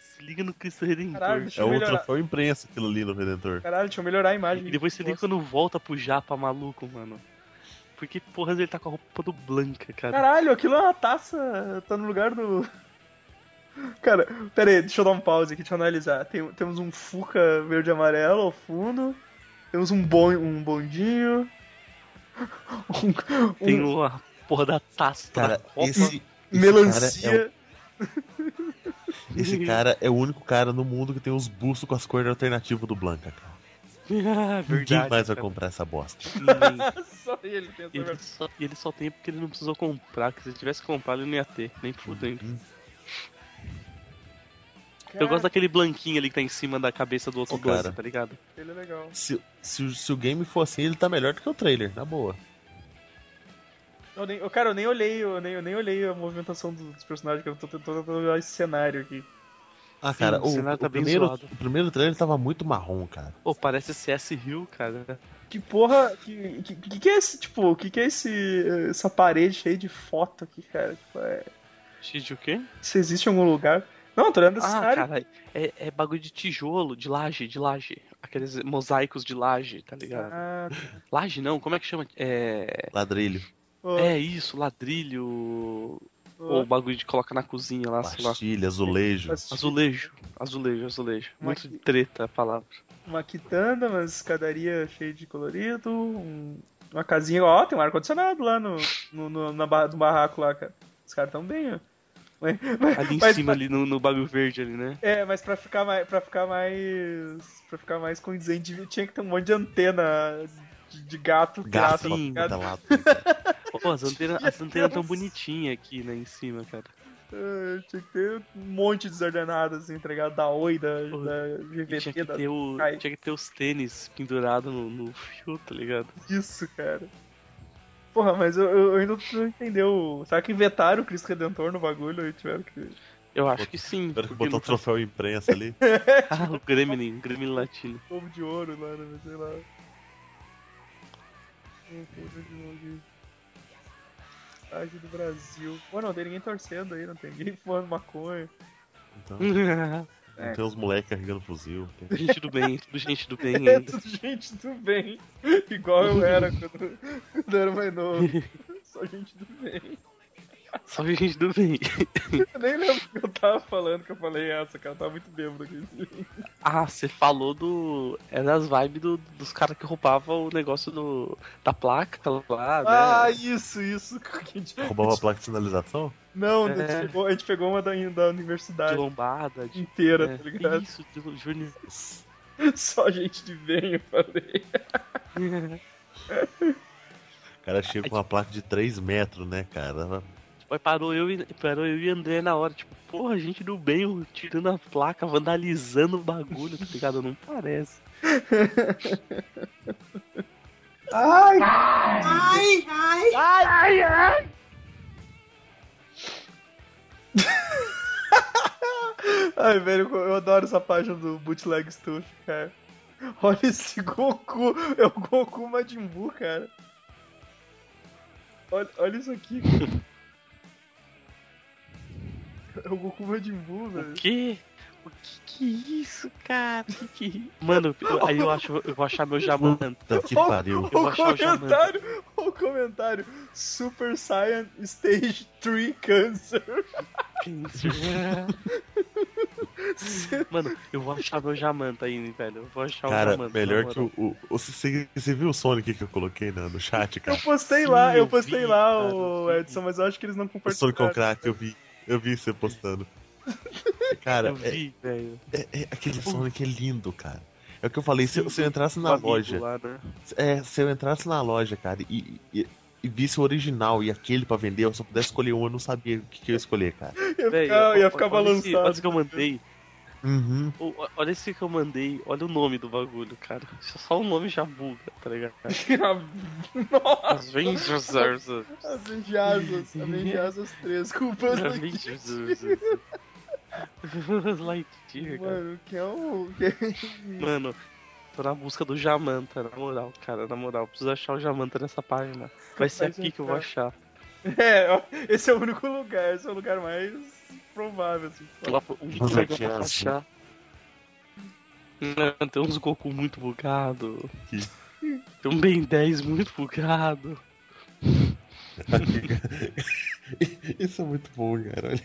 Speaker 6: Se liga no Cristo Redentor.
Speaker 2: Caralho,
Speaker 4: É
Speaker 2: deixa eu
Speaker 4: o
Speaker 2: melhorar.
Speaker 4: troféu imprensa aquilo ali no Redentor.
Speaker 2: Caralho, deixa eu melhorar a imagem.
Speaker 6: E depois se liga quando volta pro Japa maluco, mano. Porque porra ele tá com a roupa do Blanca, cara.
Speaker 2: Caralho, aquilo é uma taça. Tá no lugar do. Cara, pera aí, deixa eu dar um pause aqui, deixa eu analisar. Tem- temos um Fuca verde e amarelo ao fundo. Temos um, bon, um bondinho. Um,
Speaker 6: Tem
Speaker 2: um
Speaker 6: o- a porra da taça
Speaker 4: Cara,
Speaker 6: da Copa.
Speaker 4: esse, esse
Speaker 2: melancia.
Speaker 4: Cara é o- esse cara é o único cara no mundo que tem os bustos com as cores alternativas do Blanca, cara.
Speaker 6: Ah,
Speaker 4: Ninguém
Speaker 6: verdade.
Speaker 4: mais vai
Speaker 6: cara.
Speaker 4: comprar essa bosta.
Speaker 3: é
Speaker 6: Ninguém.
Speaker 2: Só ele tem essa
Speaker 6: Ele
Speaker 2: versão.
Speaker 6: só, e ele só tem porque ele não precisou comprar, que se ele tivesse comprado ele não ia ter, nem fudendo. Eu gosto daquele blanquinho ali que tá em cima da cabeça do outro
Speaker 4: Ô,
Speaker 6: doce,
Speaker 4: cara.
Speaker 6: tá ligado?
Speaker 2: Ele é legal.
Speaker 4: Se, se, o- se o game for assim, ele tá melhor do que o trailer, na boa.
Speaker 2: Eu nem, eu, cara, eu nem olhei, eu nem, eu nem olhei a movimentação dos, dos personagens, que eu tô tentando olhar esse cenário aqui.
Speaker 4: Ah,
Speaker 6: Sim,
Speaker 4: cara,
Speaker 6: o
Speaker 4: o,
Speaker 6: cenário
Speaker 4: o
Speaker 6: tá bem
Speaker 4: primeiro,
Speaker 6: zoado.
Speaker 4: o primeiro trailer tava muito marrom, cara.
Speaker 6: Pô, parece CS Rio, cara.
Speaker 2: Que porra. Que, que, que, que é esse, tipo, que que é esse, essa parede cheia de foto aqui, cara? Tipo, é.
Speaker 6: X de o quê?
Speaker 2: Se existe em algum lugar. Não, tô olhando esse
Speaker 6: Ah,
Speaker 2: cenário.
Speaker 6: cara, é, é bagulho de tijolo, de laje, de laje. Aqueles mosaicos de laje, tá ligado?
Speaker 2: Ah,
Speaker 6: Laje não, como é que chama? É,
Speaker 4: Ladrilho.
Speaker 2: ô,
Speaker 6: é isso, ladrilho.
Speaker 2: ô,
Speaker 6: Ou bagulho de coloca na cozinha lá, sei lá.
Speaker 4: Pastilha, azulejo.
Speaker 2: mas-
Speaker 6: Azulejo, azulejo, azulejo.
Speaker 2: Mas-
Speaker 6: Muito de treta a palavra.
Speaker 2: Uma quitanda, uma escadaria cheia de colorido, um- uma casinha. Ó, tem um ar-condicionado lá no, no, no- na barra, do barraco lá, cara. Os caras tão bem, ó. Mas- mas-
Speaker 6: Ali em
Speaker 2: mas-
Speaker 6: cima, ali no, no bagulho verde ali, né?
Speaker 2: É, mas pra ficar mais. Pra ficar mais. Pra ficar mais condizente, devia- tinha que ter um monte de antena de, de gato,
Speaker 4: Gato,
Speaker 2: pirata,
Speaker 6: sim,
Speaker 4: pra
Speaker 2: ligado?
Speaker 4: cada lado.
Speaker 6: Pô, as antenas as antenas tão bonitinhas aqui, né, em cima, cara.
Speaker 2: Ah, Tinha que ter um monte de desordenado, assim, tá ligado? Da Oi, da,
Speaker 6: Pô,
Speaker 2: da
Speaker 6: E tinha,
Speaker 2: GVT,
Speaker 6: que
Speaker 2: da
Speaker 6: ter o,
Speaker 2: Ai.
Speaker 6: tinha que ter os tênis pendurados no, no fio, tá ligado?
Speaker 2: Isso, cara. Porra, mas eu, eu ainda não entendi o. Será que inventaram o Cristo Redentor no bagulho e tiveram que.
Speaker 6: Eu acho que sim.
Speaker 4: Tiveram que botar
Speaker 6: porque não
Speaker 4: o troféu imprensa ali.
Speaker 6: Ah, o Gremlin, o Gremlin latino.
Speaker 2: Ovo de ouro lá, né? Sei lá. Não tem ovo de ouro aqui. Estádio do Brasil. Pô, não tem ninguém torcendo aí, não tem ninguém fumando maconha.
Speaker 4: Então,
Speaker 6: Hum.
Speaker 2: É.
Speaker 4: tem uns moleques carregando fuzil. tem-
Speaker 6: gente do bem, tudo gente do bem
Speaker 2: É
Speaker 6: ainda.
Speaker 2: tudo gente do bem. Igual eu era quando, quando eu era mais novo. Só gente do bem.
Speaker 6: Só gente do bem.
Speaker 2: Eu nem lembro o que eu tava falando que eu falei "Ah, essa, cara. Eu tava muito bêbado aqui.
Speaker 6: Ah, você falou do. É das vibes do- dos caras que roubavam o negócio do, da placa lá, né?
Speaker 2: Ah, isso, isso. Que a gente-
Speaker 4: Roubava a placa de sinalização?
Speaker 2: Não,
Speaker 6: É.
Speaker 2: a, gente pegou, a gente pegou uma da, da
Speaker 6: de
Speaker 2: universidade
Speaker 6: lombada, de.
Speaker 2: inteira, tá
Speaker 6: É,
Speaker 2: ligado?
Speaker 6: isso, de Júnior.
Speaker 2: Só gente de bem, eu falei.
Speaker 4: O cara chega com uma placa de 3 metros, né, cara?
Speaker 6: Mas parou eu e parou eu e André na hora, tipo, porra, gente do bem o- tirando a placa, vandalizando o bagulho, tá ligado? Não parece.
Speaker 2: Ai,
Speaker 5: ai, ai.
Speaker 2: Ai, velho, eu adoro essa página do Bootleg Stuff, cara. Olha esse Goku, é o Goku Majin Buu, cara. Olha, olha isso aqui. É o Goku Majin Buu,
Speaker 6: O
Speaker 2: velho.
Speaker 6: quê? O que que é isso, cara? Que que... Mano, eu- aí eu acho, eu vou achar meu Jaman.
Speaker 4: Puta que pariu.
Speaker 2: O
Speaker 6: vou achar o Xamã.
Speaker 2: comentário, o comentário. Super Saiyan Stage 3 Cancer.
Speaker 6: Mano, eu vou achar meu Jamanta aí, velho. Eu vou achar o
Speaker 4: Cara,
Speaker 6: Jamanta.
Speaker 4: melhor
Speaker 6: na
Speaker 4: que
Speaker 6: moral.
Speaker 4: o. o- o- você, você viu o Sonic que eu coloquei na- no chat,
Speaker 2: Eu
Speaker 4: cara?
Speaker 2: postei lá,
Speaker 6: Sim,
Speaker 2: eu
Speaker 6: eu
Speaker 2: postei
Speaker 6: vi,
Speaker 2: lá,
Speaker 6: cara,
Speaker 2: o
Speaker 6: eu vi.
Speaker 2: Edson, mas eu acho que eles não
Speaker 4: O Sonic com
Speaker 2: compartilharam.
Speaker 4: crack, eu vi. Eu vi você postando. Cara,
Speaker 6: Eu
Speaker 4: é,
Speaker 6: vi, velho.
Speaker 4: é- é- aquele Sonic é lindo, cara. É o que eu falei, se, eu- se eu entrasse
Speaker 6: O
Speaker 4: na
Speaker 6: amigo
Speaker 4: loja.
Speaker 6: lá, né?
Speaker 4: É, se eu entrasse na loja, cara, e, e, e visse o original e aquele pra vender, eu só pudesse escolher um, eu não sabia o que, que eu ia escolher, cara.
Speaker 2: Eu ia
Speaker 6: Velho,
Speaker 2: ficar,
Speaker 6: ó-
Speaker 2: ia ficar
Speaker 6: ó- olha esse- Olha
Speaker 2: balançado.
Speaker 6: esse que eu mandei.
Speaker 4: Uhum.
Speaker 6: O- o- Olha esse que eu mandei. Olha o nome do bagulho, cara. Isso é Só o nome já buga, tá ligado?
Speaker 2: Nossa,
Speaker 6: Avengers. Avengers.
Speaker 2: Amém de asas, amém de asas 3, culpa
Speaker 6: Avengers. Lightyear, cara.
Speaker 2: Mano, que é o. que é-
Speaker 6: Mano, tô na busca do Jamanta, na moral, cara, na moral. Preciso achar o Jamanta nessa página. Vai ser
Speaker 2: Capaz de
Speaker 6: aqui que tá. eu vou achar.
Speaker 2: É, ó, esse é o único lugar, esse é o lugar mais provável, assim. de falar.
Speaker 6: Lá pro- O que que eu vou achar? Mano, tem uns Goku muito bugado.
Speaker 4: Que-
Speaker 6: Tem um Ben 10 muito bugado.
Speaker 4: Isso é muito bom, cara. Olha.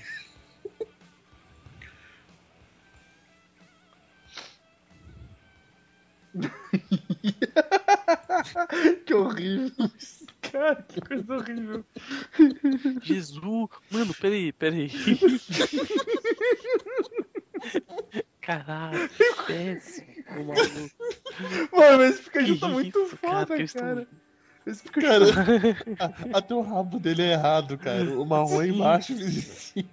Speaker 2: Que horrível isso, cara, que coisa horrível.
Speaker 6: Jesus! Mano, peraí, peraí. Caralho, péssimo, maluco.
Speaker 2: Mano, mas esse Pikachu
Speaker 6: Que
Speaker 2: tá muito
Speaker 6: isso, cara,
Speaker 2: foda,
Speaker 6: que eu
Speaker 2: cara.
Speaker 6: estou-
Speaker 2: Esse Pikachu
Speaker 4: Cara, a- até o rabo dele é errado, cara. O marrom é
Speaker 6: Sim.
Speaker 4: embaixo e em cima.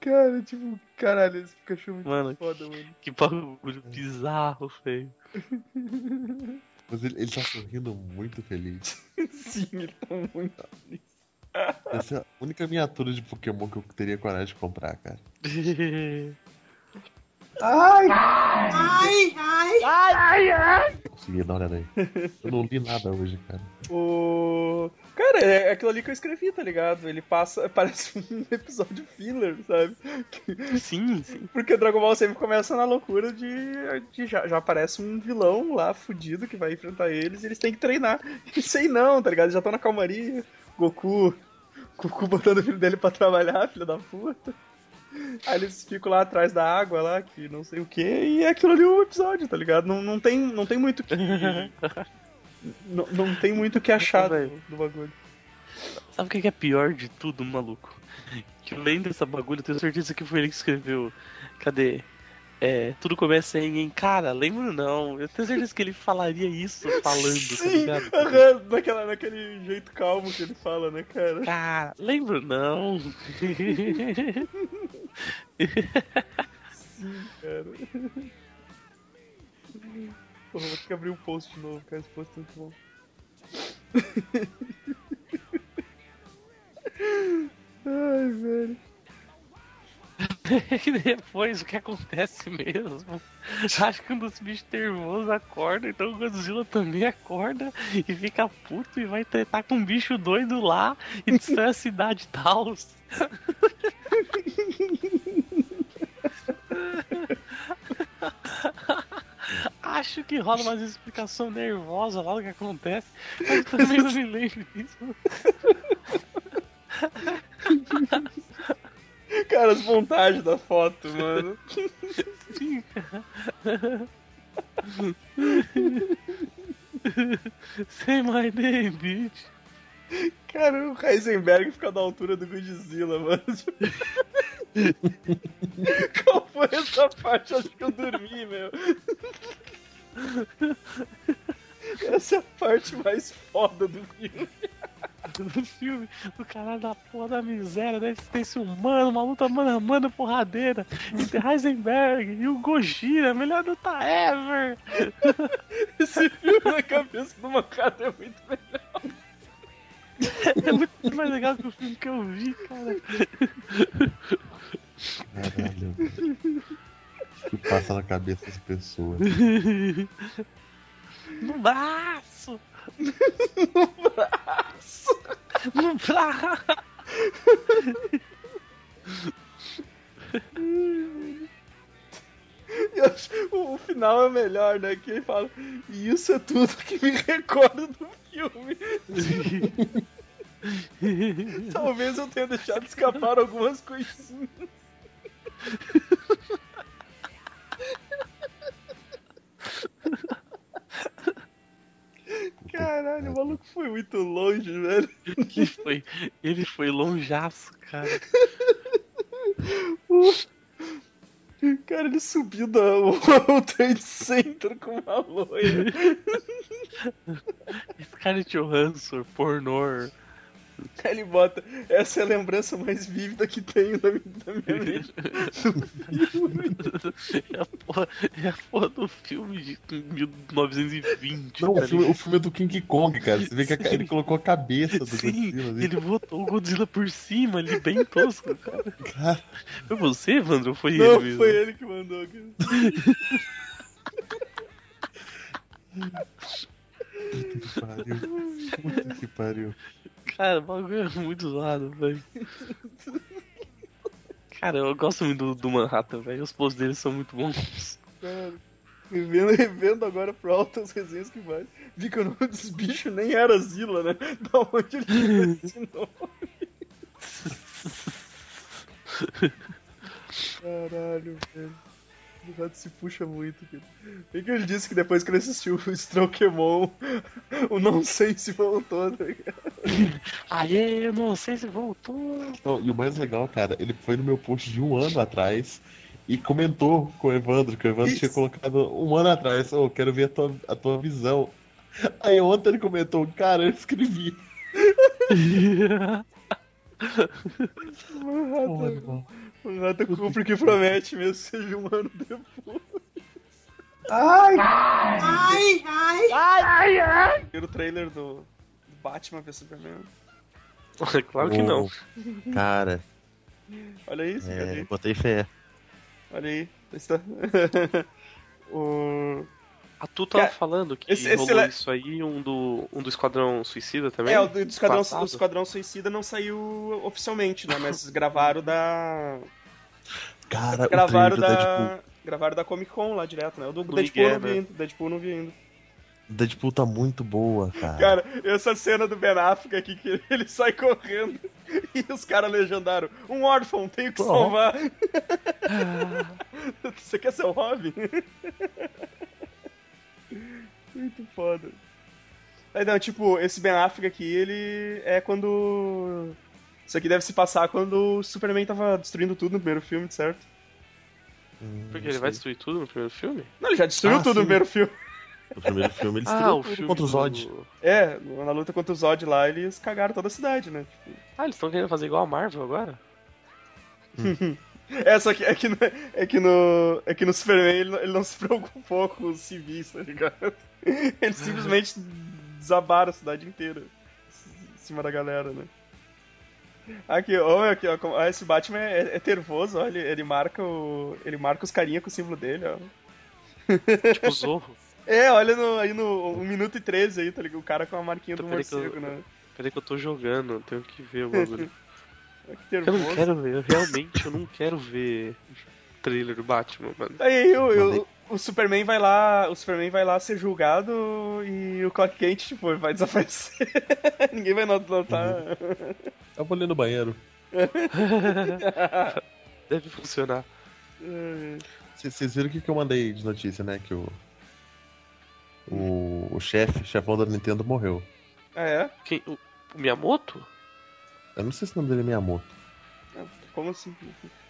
Speaker 2: Cara, tipo, caralho, esse Pikachu é muito
Speaker 6: Mano,
Speaker 2: foda, mano.
Speaker 6: que bagulho bizarro, feio.
Speaker 4: Mas ele, ele tá sorrindo muito feliz.
Speaker 2: Sim, ele tá muito.
Speaker 4: Essa é a única miniatura de Pokémon que eu teria coragem de comprar, cara.
Speaker 2: Ai,
Speaker 5: Ai, ai.
Speaker 4: Não Consegui dar uma olhada aí. Eu não li nada hoje, cara.
Speaker 2: O. Cara, é aquilo ali que eu escrevi, tá ligado? Ele passa. Parece um episódio filler, sabe?
Speaker 6: Sim, sim.
Speaker 2: Porque Dragon Ball sempre começa na loucura de. de já, já aparece um vilão lá fudido que vai enfrentar eles e eles têm que treinar. E sei não, tá ligado? Já estão na calmaria. Goku. Goku botando o filho dele pra trabalhar, filho da puta. Aí eles ficam lá atrás da água lá, que não sei o que, e é aquilo ali o episódio, tá ligado? Não, não, tem, não tem muito o que. não, não tem muito o que achar do, do bagulho.
Speaker 6: Sabe o que que é pior de tudo, maluco? Que além dessa bagulho, eu tenho certeza que foi ele que escreveu. Cadê? É, tudo começa em, em cara, lembro não. Eu tenho certeza que ele falaria isso falando,
Speaker 2: Sim,
Speaker 6: tá ligado?
Speaker 2: aham, daquela, daquele jeito calmo que ele fala, né, cara?
Speaker 6: Cara, lembro não.
Speaker 2: Sim, cara. Porra, vou ter que abrir o post de novo, cara. Esse post é muito bom. Ai, velho.
Speaker 6: e depois o que acontece mesmo? Acho que um dos bichos nervosos acorda, então o Godzilla também acorda e fica puto e vai tretar com um bicho doido lá e destrói a cidade tal. Acho que rola umas explicação nervosa lá do que acontece, mas também não me lembro disso.
Speaker 2: Cara, as montagens da foto, mano.
Speaker 6: Sim, cara. Say my name, bitch.
Speaker 2: Cara, o Heisenberg fica na altura do Godzilla, mano. Qual foi essa parte? Acho que eu dormi, meu. Essa é a parte mais foda do filme.
Speaker 6: no filme do caralho da porra da miséria, da existência humana, uma luta um mano a mano porradeira, entre Heisenberg e o Gojira, a melhor luta ever.
Speaker 2: Esse filme na cabeça do macaco é muito melhor.
Speaker 6: É muito mais legal que o filme que eu vi, cara.
Speaker 4: Caralho. O que passa na cabeça das pessoas?
Speaker 6: No braço! No braço! No braço!
Speaker 2: E eu acho- o, o final é melhor, né? Que ele fala, e isso é tudo que me recordo do filme. Talvez eu tenha deixado escapar algumas coisinhas. Caralho, o maluco foi muito longe, velho.
Speaker 6: Ele foi, ele foi longeaço, cara.
Speaker 2: Cara, ele subiu da, o, o trade center com uma loira.
Speaker 6: Scarlett Johansson, pornor.
Speaker 2: Aí ele bota, essa é a lembrança mais vívida que tenho da, mi- da minha mente. do filme.
Speaker 6: É a porra, é a porra do filme de 1920.
Speaker 4: Não,
Speaker 6: tá
Speaker 4: o filme, o
Speaker 6: ligado?
Speaker 4: filme é do King Kong, cara. Você vê que a ca- ele colocou a cabeça do
Speaker 6: Sim,
Speaker 4: Godzilla. ali.
Speaker 6: ele botou o Godzilla por cima ali, bem tosco, cara.
Speaker 4: Cara,
Speaker 6: Foi você, Evandro? ou Foi ele
Speaker 2: Não,
Speaker 6: mesmo?
Speaker 2: foi ele que mandou. cara.
Speaker 4: que pariu. Puta que pariu.
Speaker 6: Cara, o bagulho é muito zoado, velho. Cara, eu gosto muito do, do Manhattan, velho. Os posts dele são muito bons.
Speaker 2: Cara, Revendo, revendo agora pro altas resenhas que vai. Vi que o nome dos bichos nem era Zila, né? Da onde ele tirou esse nome? Caralho, velho. O gato se puxa muito, cara. Bem que ele disse que depois que ele assistiu o Strokemon, o não sei se voltou, né?
Speaker 6: Aê, eu não sei se voltou.
Speaker 4: Não, e o mais legal, cara, ele foi no meu post de um ano atrás e comentou com o Evandro, que o Evandro tinha
Speaker 2: Isso.
Speaker 4: colocado um ano atrás. Ô, quero ver a tua, a tua visão. Aí ontem ele comentou, cara, eu escrevi. Pô,
Speaker 2: Manhattan.
Speaker 4: irmão.
Speaker 2: Manhattan cumpre o que promete, mesmo que seja um ano depois.
Speaker 5: ai, ai.
Speaker 2: Era o trailer do do Batman vs Superman.
Speaker 6: claro que não.
Speaker 4: Ô, Cara,
Speaker 2: Olha isso,
Speaker 4: é,
Speaker 2: cadê?
Speaker 4: botei fé.
Speaker 2: Olha aí, está. o...
Speaker 6: A Tu tava
Speaker 2: Cara,
Speaker 6: falando que
Speaker 2: esse- esse
Speaker 6: rolou
Speaker 2: le-
Speaker 6: isso aí, um do, um do Esquadrão Suicida também?
Speaker 2: É, o do Esquadrão,
Speaker 6: Passado?
Speaker 2: o Esquadrão Suicida não saiu oficialmente, né? Mas gravaram da.
Speaker 4: Cara, o
Speaker 2: gravaram
Speaker 4: trailer do
Speaker 2: da.
Speaker 4: Deadpool,
Speaker 2: Gravaram da Comic Con lá direto, né? O do,
Speaker 6: Do
Speaker 2: Deadpool eu não
Speaker 6: Miguel,
Speaker 2: vi ainda. Deadpool eu não vi ainda.
Speaker 4: Deadpool tá muito boa, cara.
Speaker 2: Cara, essa cena do Ben Affleck aqui, que ele sai correndo e os caras legendaram. Um órfão, tenho que
Speaker 4: Pô.
Speaker 2: salvar. Você quer ser o Robin? Muito foda. Aí não, tipo, esse Ben Affleck aqui, ele é quando... Isso aqui deve se passar quando o Superman tava destruindo tudo no primeiro filme, certo?
Speaker 4: Hum,
Speaker 6: Porque ele vai destruir tudo no primeiro filme?
Speaker 2: Não, ele já destruiu
Speaker 4: Ah,
Speaker 2: tudo
Speaker 4: sim.
Speaker 2: no primeiro filme.
Speaker 4: No primeiro filme ele
Speaker 6: Ah,
Speaker 4: estreou
Speaker 6: o filme
Speaker 4: contra o
Speaker 6: do-
Speaker 4: Zod.
Speaker 2: É, na luta contra o Zod lá, eles cagaram toda a cidade, né? Tipo,
Speaker 6: Ah, eles estão querendo fazer igual a Marvel agora?
Speaker 2: É, só que é que, no- é que no, é que no Superman ele, não- ele não se preocupou com os civis, tá ligado? Ele simplesmente desabaram a cidade inteira em cima da galera, né? Aqui, ó, aqui, ó, como- ó, esse Batman é, é nervoso, ó, ele, ele marca o, ele marca os carinha com o símbolo dele, ó.
Speaker 6: Tipo o Zorro.
Speaker 2: É, olha no, aí no 1 minuto e 13 aí, tá ligado? O cara com a marquinha
Speaker 6: Tô
Speaker 2: do
Speaker 6: peraí que eu-
Speaker 2: morcego, né?
Speaker 6: Peraí que eu tô jogando, eu tenho que ver o bagulho.
Speaker 2: Olha que
Speaker 6: Eu não
Speaker 2: nervoso.
Speaker 6: quero ver, eu realmente eu não quero ver trailer do Batman, mano.
Speaker 2: Aí o,
Speaker 4: Mandei.
Speaker 2: o, o Superman vai lá, o Superman vai lá ser julgado e o Clark Kent tipo vai desaparecer. Ninguém vai not- notar.
Speaker 4: Uhum. Eu vou ali no banheiro.
Speaker 6: Deve funcionar.
Speaker 4: C- Vocês viram o que, que eu mandei de notícia, né? Que o. O, o chefe, chefão da Nintendo morreu.
Speaker 2: Ah é?
Speaker 6: Quem, o, o Miyamoto?
Speaker 4: Eu não sei se o nome dele é Miyamoto.
Speaker 2: Como assim?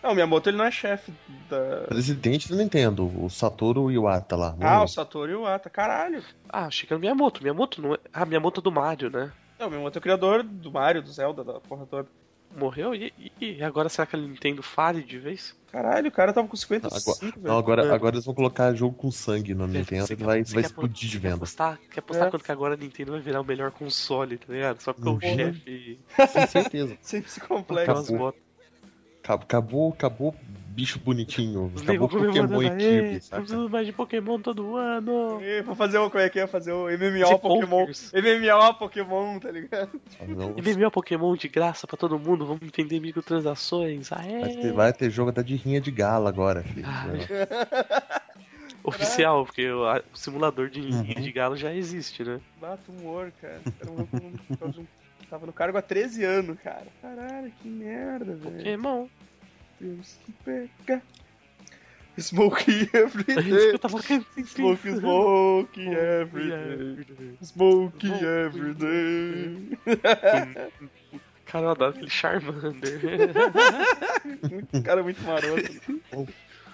Speaker 2: Não, o Miyamoto ele não é chefe da.
Speaker 4: Presidente da Nintendo, o Satoru Iwata lá.
Speaker 2: Ah,
Speaker 4: morreu.
Speaker 2: o Satoru e o Ata, caralho.
Speaker 6: Ah, achei que era o Miyamoto. Miyamoto não é. Ah, Miyamoto é do Mario, né?
Speaker 2: É o mesmo outro criador do Mario, do Zelda, da porra toda.
Speaker 6: Morreu? E, e- e agora será que a Nintendo fale de vez?
Speaker 2: Caralho, o cara tava com
Speaker 4: Agora,
Speaker 2: 55, velho.
Speaker 4: não, agora, agora eles vão colocar jogo com sangue no Nintendo
Speaker 6: Você
Speaker 4: que é
Speaker 6: quer-
Speaker 4: vai,
Speaker 6: você
Speaker 4: vai
Speaker 6: quer
Speaker 4: explodir de
Speaker 6: Quer
Speaker 4: vendas.
Speaker 6: apostar, quer apostar
Speaker 2: É.
Speaker 6: quando que agora a Nintendo vai virar o melhor console, tá ligado? Só porque
Speaker 4: Uhum.
Speaker 6: o chefe
Speaker 4: Com certeza.
Speaker 2: Sempre se
Speaker 6: tem
Speaker 2: complexo.
Speaker 6: umas botas.
Speaker 4: Acab- Acabou, acabou bicho bonitinho.
Speaker 6: Os
Speaker 4: Acabou
Speaker 6: negros comemorando.
Speaker 4: Pokémon e Kirby,
Speaker 6: "Ê, tô
Speaker 4: saca?
Speaker 6: precisando mais de Pokémon todo ano.
Speaker 2: E Vou fazer o, como é que é? Fazer o MMO
Speaker 4: Tipo,
Speaker 6: De
Speaker 2: Pokémon.
Speaker 6: pokers.
Speaker 2: MMO Pokémon, tá ligado?
Speaker 4: Ah, não.
Speaker 6: E meu Pokémon de graça pra todo mundo, vamos entender microtransações. Aê!
Speaker 4: Vai ter, vai ter jogo até de rinha de gala agora, filho.
Speaker 6: Ah. Oficial, porque o, a- o simulador de rinha de galo já existe, né?
Speaker 2: Bato humor, cara. Era um- um- por causa de um- Tava no cargo há 13 anos, cara. Caralho, que merda, velho.
Speaker 6: Pokémon.
Speaker 2: Temos que pegar. Smoke every
Speaker 6: É isso que
Speaker 2: day.
Speaker 6: eu tava pensando.
Speaker 2: Smoke, smoke every day. Smoke
Speaker 6: Smoke
Speaker 2: every day.
Speaker 6: Cara, eu adoro aquele Charmander.
Speaker 2: Muito- Cara, é muito maroto.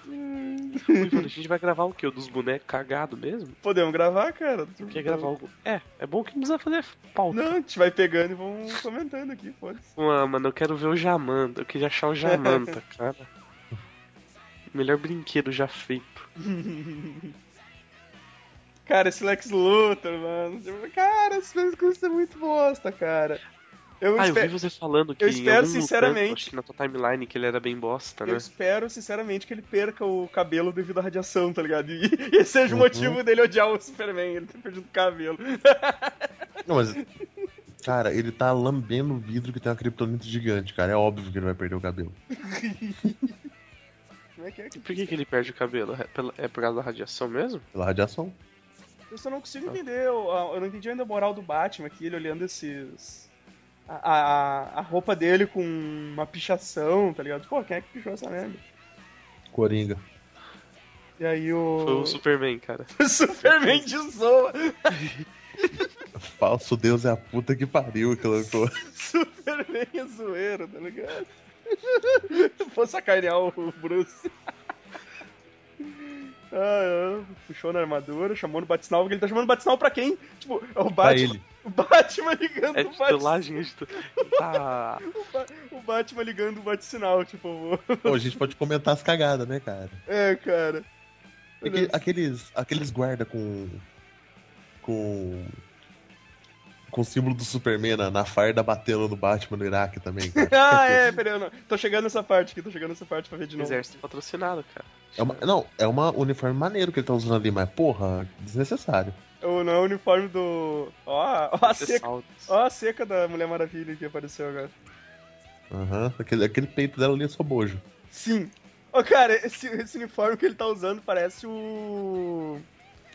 Speaker 6: Ui, mano, a gente vai gravar o quê? O dos bonecos cagado mesmo?
Speaker 2: Podemos gravar, cara?
Speaker 6: Quer
Speaker 2: Uhum.
Speaker 6: gravar algo? É, é bom que não precisa fazer pauta.
Speaker 2: Não, a gente vai pegando e vamos comentando aqui, foda-se.
Speaker 6: Ah, mano, eu quero ver o Jamanta. Eu queria achar o Jamanta, cara. Melhor brinquedo já feito.
Speaker 2: Cara, esse Lex Luthor, mano. Cara, esse Lex Luthor é muito bosta, cara. Eu,
Speaker 6: Ah, eu
Speaker 2: espe-
Speaker 6: vi você falando que.
Speaker 2: eu
Speaker 6: em
Speaker 2: espero,
Speaker 6: algum canto,
Speaker 2: sinceramente-
Speaker 6: acho que na tua timeline que ele era bem bosta,
Speaker 2: eu
Speaker 6: né?
Speaker 2: espero, sinceramente, que ele perca o cabelo devido à radiação, tá ligado? E, e esse seja o
Speaker 4: Uhum.
Speaker 2: motivo dele odiar o Superman, ele ter perdido o cabelo.
Speaker 4: Não, mas. Cara, ele tá lambendo o vidro que tem uma criptonita gigante, cara. É óbvio que ele vai perder o cabelo.
Speaker 2: Como é que é?
Speaker 6: E por que, que ele perde o cabelo? É, pela- é por causa da radiação mesmo?
Speaker 4: Pela radiação.
Speaker 2: Eu só não consigo entender, eu, eu não entendi ainda a moral do Batman aqui, ele olhando esses... A, a, a roupa dele com uma pichação, tá ligado? Pô, quem é que pichou essa merda?
Speaker 4: Coringa.
Speaker 2: E aí o...
Speaker 6: Foi o Superman, cara.
Speaker 2: o Superman de zoa.
Speaker 4: Falso Deus é a puta que pariu que lançou.
Speaker 2: Superman é zoeiro, tá ligado? Vou sacanear o Bruce. Ah, é. puxou na armadura, chamou no Batisnal, porque ele tá chamando Batisnal pra quem? Tipo, é o
Speaker 4: Pra
Speaker 2: Batman,
Speaker 4: ele.
Speaker 2: o Batman ligando
Speaker 6: É
Speaker 2: o Batisnal.
Speaker 6: titulagem, é titu... Tá.
Speaker 2: O Batman ligando o Batisinal, tipo,
Speaker 4: Bom, a gente pode comentar as cagadas, né, cara?
Speaker 2: é, cara.
Speaker 4: É que aqueles, aqueles guarda com. com. com o símbolo do Superman na, na farda batendo no Batman no Iraque também. Cara.
Speaker 2: Ah, é, peraí, eu não. Tô chegando nessa parte aqui, tô chegando nessa parte pra ver de novo.
Speaker 6: Exército patrocinado, cara.
Speaker 4: É uma- não, é uma uniforme maneiro que ele tá usando ali, mas porra, desnecessário.
Speaker 2: Ou não, é o uniforme do. Ó, ó a seca.
Speaker 6: Saltos.
Speaker 2: Ó a seca da Mulher Maravilha que apareceu agora.
Speaker 4: Aham, aquele, aquele peito dela ali é só bojo.
Speaker 2: Sim. Ô, cara, esse, esse uniforme que ele tá usando parece o.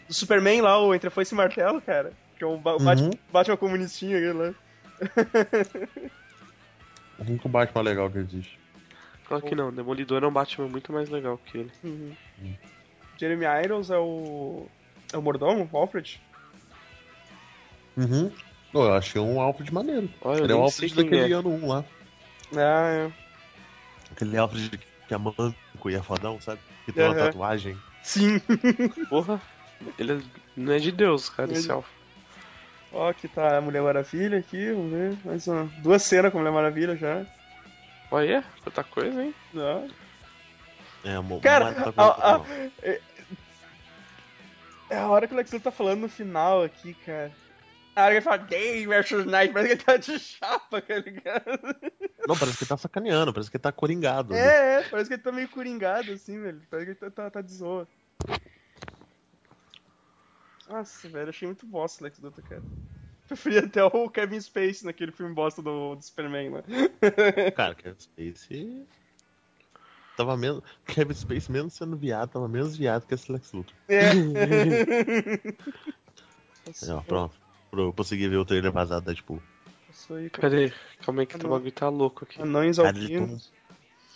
Speaker 2: O Superman lá, o Entre a Foice e Martelo, cara. Que é o, ba o Batman,
Speaker 4: Uhum.
Speaker 2: Batman comunistinho né? aquele lá.
Speaker 4: O único Batman legal que existe.
Speaker 6: Claro que não, Demolidor é um Batman muito mais legal que ele.
Speaker 2: Uhum. Jeremy Irons é o. É o mordomo, o Alfred?
Speaker 4: Uhum. Pô, eu achei um Alfred maneiro.
Speaker 6: Olha, eu
Speaker 4: Ele é o
Speaker 6: nem sei
Speaker 4: Alfred
Speaker 6: quem
Speaker 4: daquele
Speaker 6: é.
Speaker 4: ano 1 lá.
Speaker 2: Ah, é.
Speaker 4: Aquele Alfred que é manco e é fodão, sabe? Que tem uma
Speaker 2: Aham.
Speaker 4: tatuagem.
Speaker 2: Sim.
Speaker 6: é. Porra, ele é- não é de Deus, cara,
Speaker 2: Ele-
Speaker 6: esse Alfred.
Speaker 2: Ó, aqui tá a Mulher Maravilha aqui, vamos ver. Mais uma. Duas cenas com a Mulher Maravilha já.
Speaker 6: Olha, é, outra coisa, hein?
Speaker 2: Ah.
Speaker 4: É, amor.
Speaker 2: Cara,
Speaker 4: mas tá com-
Speaker 2: a- a-
Speaker 4: não.
Speaker 2: É a hora que o Lex Luthor tá falando no final aqui, cara. A hora que ele fala Day versus Night, parece que ele tá de chapa, tá ligado?
Speaker 4: Não, parece que ele tá sacaneando, parece que ele tá coringado. né?
Speaker 2: É, é, parece que ele tá meio coringado assim, velho. Parece que ele tá, tá, tá de zoa. Nossa, velho, achei muito bosta o Lex Luthor, cara. Preferi até o Kevin Space naquele filme bosta do, do Superman, né?
Speaker 4: Cara, Kevin Space. Tava menos. Kevin Space, menos sendo viado, tava menos viado que esse Lex Luthor.
Speaker 2: É.
Speaker 4: É, ó, pronto. Pro- Eu consegui ver o trailer vazado é tipo, da Deadpool.
Speaker 2: Passou aí, cara.
Speaker 6: Pera aí, calma aí que o bagulho tá louco aqui.
Speaker 2: Anões
Speaker 4: Cara, ele toma, um-
Speaker 2: alpinos.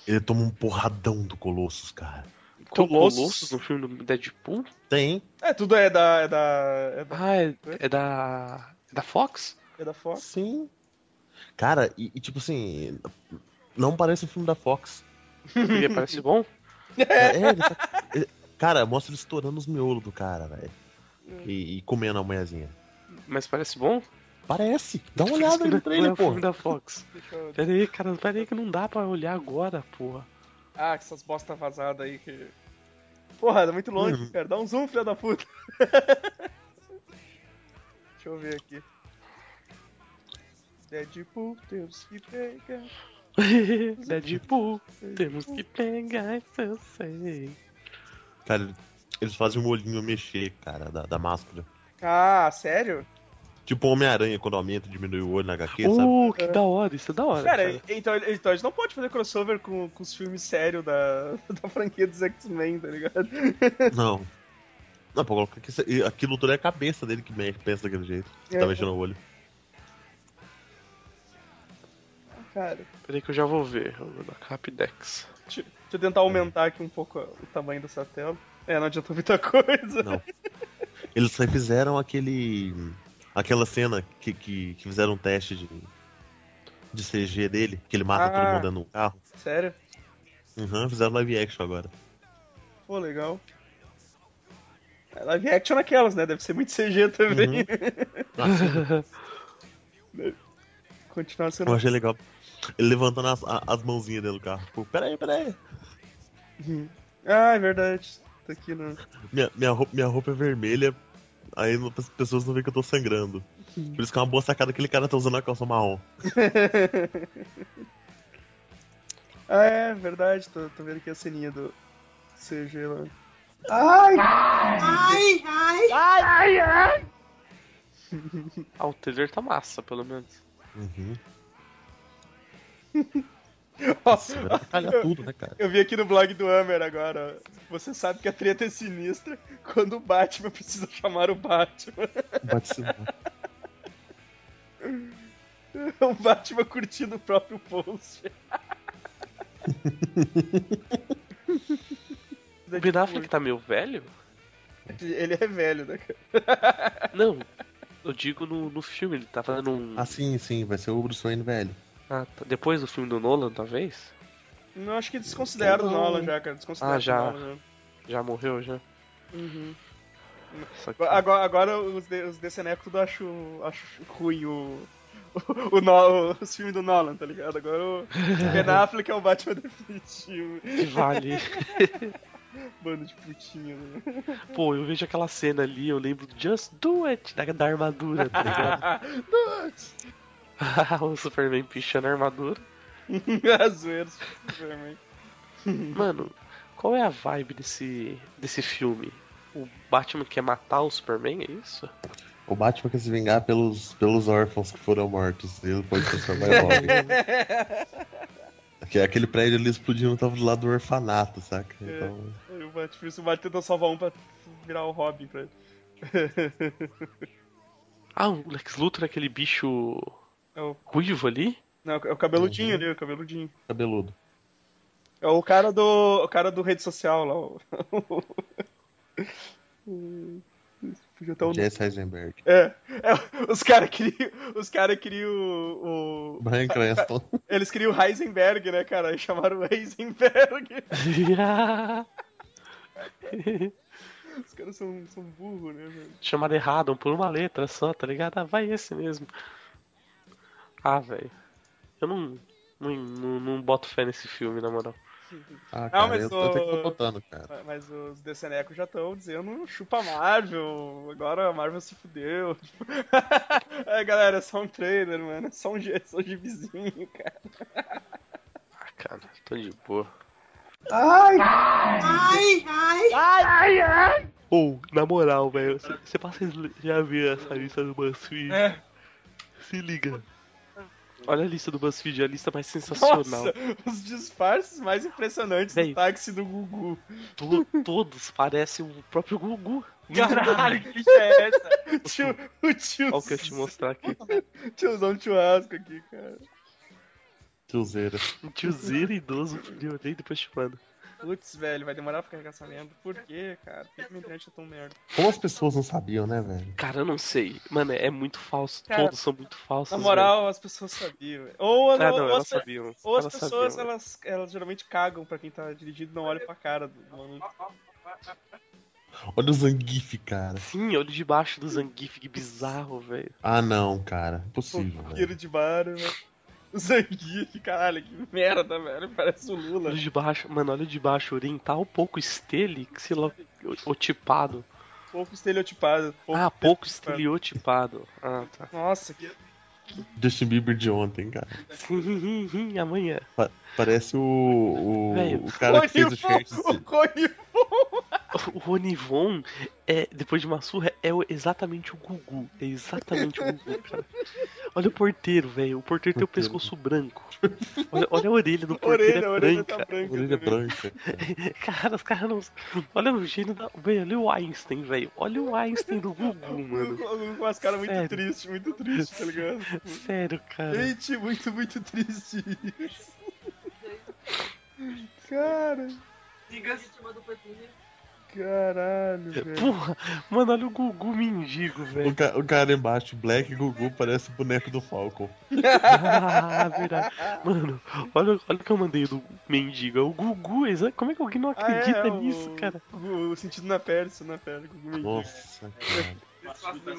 Speaker 4: ele toma um porradão do Colossus, cara.
Speaker 6: Tem um
Speaker 2: Colossus.
Speaker 6: Colossus no filme do Deadpool?
Speaker 4: Tem.
Speaker 2: É, tudo é da. É da. É da,
Speaker 6: Ah, é, é da. É da Fox?
Speaker 2: é da Fox.
Speaker 4: Sim. Cara, e, e tipo assim. Não parece o filme da Fox.
Speaker 6: Porque parece bom?
Speaker 4: É, ele tá- ele- Cara, mostra ele estourando os miolos do cara, velho. E, e comendo a manhãzinha.
Speaker 6: Mas parece bom?
Speaker 4: Parece. Dá uma olhada aí no trailer,
Speaker 6: é filme
Speaker 4: pô.
Speaker 6: da Fox.
Speaker 2: Deixa eu...
Speaker 6: Pera aí, cara, pera aí que não dá pra olhar agora, porra.
Speaker 2: Ah, que essas bosta vazada aí que. Porra, tá muito longe,
Speaker 4: Uhum.
Speaker 2: cara. Dá um zoom, filha da puta. Deixa eu ver aqui. Deadpool, Deus que pega.
Speaker 6: Né, Deadpool, temos que pegar isso eu sei.
Speaker 4: Cara, eles fazem o olhinho mexer, cara, da, da máscara.
Speaker 2: Ah, sério?
Speaker 4: Tipo o Homem-Aranha, quando aumenta, diminui o olho na HQ, sabe?
Speaker 6: Uh, que da hora, isso é da hora.
Speaker 2: Cara,
Speaker 6: cara.
Speaker 2: então, então a gente não pode fazer crossover com, com os filmes sérios da, da franquia dos X-Men, tá ligado?
Speaker 4: Não. Não, pô, coloca que isso- e aquilo tudo é a cabeça dele que mexe, pensa daquele jeito. Que tá
Speaker 2: É.
Speaker 4: mexendo o olho.
Speaker 2: Cara,
Speaker 6: Pera aí que eu já vou ver. Eu vou dar Capidex.
Speaker 2: deixa, deixa eu tentar aumentar aqui um pouco o tamanho dessa tela. É, não adiantou muita coisa.
Speaker 4: Não. Eles refizeram aquele. aquela cena que, que, que fizeram um teste de, de CG dele, que ele mata
Speaker 2: Ah.
Speaker 4: todo mundo dentro de um carro.
Speaker 2: Sério?
Speaker 4: Uhum, fizeram live action agora.
Speaker 2: Pô, legal. É Live action naquelas, né? Deve ser muito CG também. Continuar sendo.
Speaker 4: Uhum. Eu achei legal. Ele levantando as, a- as mãozinhas dentro do carro. Tipo, peraí, peraí.
Speaker 2: Ah, é verdade. Tá aqui no.
Speaker 4: Minha, minha, roupa, minha roupa é vermelha, aí não- as pessoas não veem que eu tô sangrando. Por isso que é uma boa sacada aquele cara tá usando a calça marrom.
Speaker 2: ah, é verdade. Tô, tô vendo aqui a ceninha do CG lá.
Speaker 5: ai, ai.
Speaker 6: Ah, o trailer tá massa, pelo menos.
Speaker 4: Uhum.
Speaker 2: Nossa,
Speaker 4: Vai detalhar tudo, né, cara?
Speaker 2: Eu vi aqui no blog do Hammer agora. ó. Você sabe que a treta é sinistra quando o Batman precisa chamar o Batman.
Speaker 4: Bate sinal.
Speaker 2: O É um Batman curtindo o próprio post.
Speaker 6: O Ben Affleck tá meio velho?
Speaker 2: Ele é velho, né, cara?
Speaker 6: Não. Eu digo no, no filme, ele tá fazendo um.
Speaker 4: Ah, sim, sim, vai ser o Bruce Wayne velho.
Speaker 6: Ah, tá. Depois do filme do Nolan, talvez?
Speaker 2: Não, acho que desconsideraram o Nolan já, cara. Desconsideraram
Speaker 6: Ah, já.
Speaker 2: o Nolan, né?
Speaker 6: Já morreu já?
Speaker 2: Uhum.
Speaker 6: Só que-
Speaker 2: Agora, agora os, de, os decenecos tudo acho, acho ruim o, o, o No- os filmes do Nolan, tá ligado? Agora o Ben Affleck é o Batman definitivo.
Speaker 6: que vale.
Speaker 2: Bando de putinho, né?
Speaker 6: Pô, eu vejo aquela cena ali, eu lembro do Just Do It da, da armadura, tá ligado? o Superman pichando a armadura.
Speaker 2: Azueiro, Superman.
Speaker 6: Mano, qual é a vibe desse, desse filme? O Batman quer matar o Superman, é isso?
Speaker 4: O Batman quer se vingar pelos, pelos órfãos que foram mortos. Ele pode transformar em Robin. Aque- Aquele prédio ali explodindo tava do lado do orfanato, saca? Então,
Speaker 2: Aí O Batman, o Batman tentou salvar um pra virar o Robin pra ele.
Speaker 6: Ah, o Lex Luthor é aquele bicho
Speaker 2: É o,
Speaker 6: cuivo ali?
Speaker 2: não, é o cabeludinho ali, o cabeludinho.
Speaker 4: cabeludo.
Speaker 2: É o cara do. O cara do rede social lá. O... Fugiu até o um nome.
Speaker 4: Jesse Eisenberg.
Speaker 2: É, é, os caras queriam. Os caras queriam o, o-
Speaker 4: Brian Cranston.
Speaker 2: Eles queriam o Heisenberg, né, cara? Aí chamaram o Heisenberg. Os caras são, são burros, né, velho?
Speaker 6: Chamaram errado, um por uma letra só, tá ligado? Ah, vai esse mesmo. Ah, velho. Eu não, não, não, não boto fé nesse filme, na moral.
Speaker 4: Ah, cara,
Speaker 2: mas
Speaker 4: eu tô
Speaker 2: o-
Speaker 4: até que tô botando, cara.
Speaker 2: Mas os decenecos já estão dizendo chupa a Marvel, agora a Marvel se fudeu. é, galera, é só um trailer, mano. É só um, gi- é só um gibizinho, cara.
Speaker 6: Ah, cara, tô de boa.
Speaker 5: Ai, ai.
Speaker 6: Ou, na moral, velho, você você passa já viu essa lista do BuzzFeed?
Speaker 2: É.
Speaker 6: Se liga. Olha a lista do BuzzFeed, é a lista mais sensacional.
Speaker 2: Nossa, os disfarces mais impressionantes
Speaker 6: Véi.
Speaker 2: do táxi do Gugu.
Speaker 6: To- todos parecem o próprio Gugu.
Speaker 3: Caralho, que lista é essa?
Speaker 2: Tio, o tio,
Speaker 6: Olha o que eu te mostrar aqui.
Speaker 2: tiozão de churrasco aqui, cara.
Speaker 4: Tiozeira.
Speaker 6: Um tiozinho idoso, eu olhei e depois te mando.
Speaker 2: Putz, velho, vai demorar pra carregar essa merda. Por quê, cara? Por que minha internet é tão merda?
Speaker 4: Como as pessoas não sabiam, né, velho?
Speaker 6: Cara, eu não sei. Mano, é muito falso.
Speaker 2: Cara,
Speaker 6: Todos são muito falsos.
Speaker 2: Na moral, as pessoas sabiam, velho. Ou,
Speaker 6: velho. Ah,
Speaker 2: ou-
Speaker 6: não,
Speaker 2: ou
Speaker 6: elas
Speaker 2: as, pe-
Speaker 6: sabiam.
Speaker 2: ou as
Speaker 6: elas
Speaker 2: pessoas,
Speaker 6: sabiam.
Speaker 2: elas, elas geralmente cagam pra quem tá dirigindo e não olha pra cara do do maluco.
Speaker 4: Olha o Zangief, cara.
Speaker 6: Sim, olho debaixo do Zangief, que bizarro, velho.
Speaker 4: Ah, não, cara. Impossível,
Speaker 2: Queiro
Speaker 4: velho.
Speaker 2: Tipo, de barro, velho. O Zangief, caralho, que merda, velho. Parece o Lula.
Speaker 6: Olho de baixo, mano, olho de baixo oriental, um pouco estele, que sei lá, o- otipado.
Speaker 2: Pouco estereotipado. Pouco
Speaker 6: Ah, pouco estereotipado. Ah, tá.
Speaker 2: Nossa, que...
Speaker 4: Justin Bieber de ontem, cara.
Speaker 6: Sim, amanhã.
Speaker 4: Pa- parece o,
Speaker 6: Velho.
Speaker 4: o, o cara que fez o shirt.
Speaker 2: o Conivon.
Speaker 6: O Ronivon, é, depois de uma surra, é o- exatamente o Gugu. É exatamente o Gugu, cara. Olha o porteiro, velho. O porteiro tem o
Speaker 4: Porteiro.
Speaker 6: pescoço branco. Olha, olha a orelha do
Speaker 2: Orelha, a
Speaker 6: porteiro, é
Speaker 2: orelha
Speaker 6: branca.
Speaker 2: tá branca.
Speaker 4: Orelha
Speaker 2: também.
Speaker 4: branca. cara.
Speaker 6: Cara, os caras não. Olha o gênio da. Velho, olha o Einstein, velho. Olha o Einstein do Gugu, mano.
Speaker 2: Com- Com as caras muito
Speaker 6: Sério.
Speaker 2: tristes, muito tristes, tá ligado?
Speaker 6: Sério, cara.
Speaker 2: Gente, muito, muito triste isso. Cara,
Speaker 3: Diga-se.
Speaker 2: caralho, velho.
Speaker 6: Porra, mano, olha o Gugu mendigo,
Speaker 4: O,
Speaker 6: velho.
Speaker 4: ca- o cara embaixo, Black Gugu, parece o boneco do Falcon.
Speaker 6: Ah, verdade. Mano, olha, olha o que eu mandei do mendigo. É o Gugu, exa- como é que alguém não
Speaker 2: Ah, é,
Speaker 6: acredita
Speaker 2: o-
Speaker 6: nisso, cara?
Speaker 2: O, o sentido na perna, isso na perna. Gugu mendigo.
Speaker 4: Nossa, cara.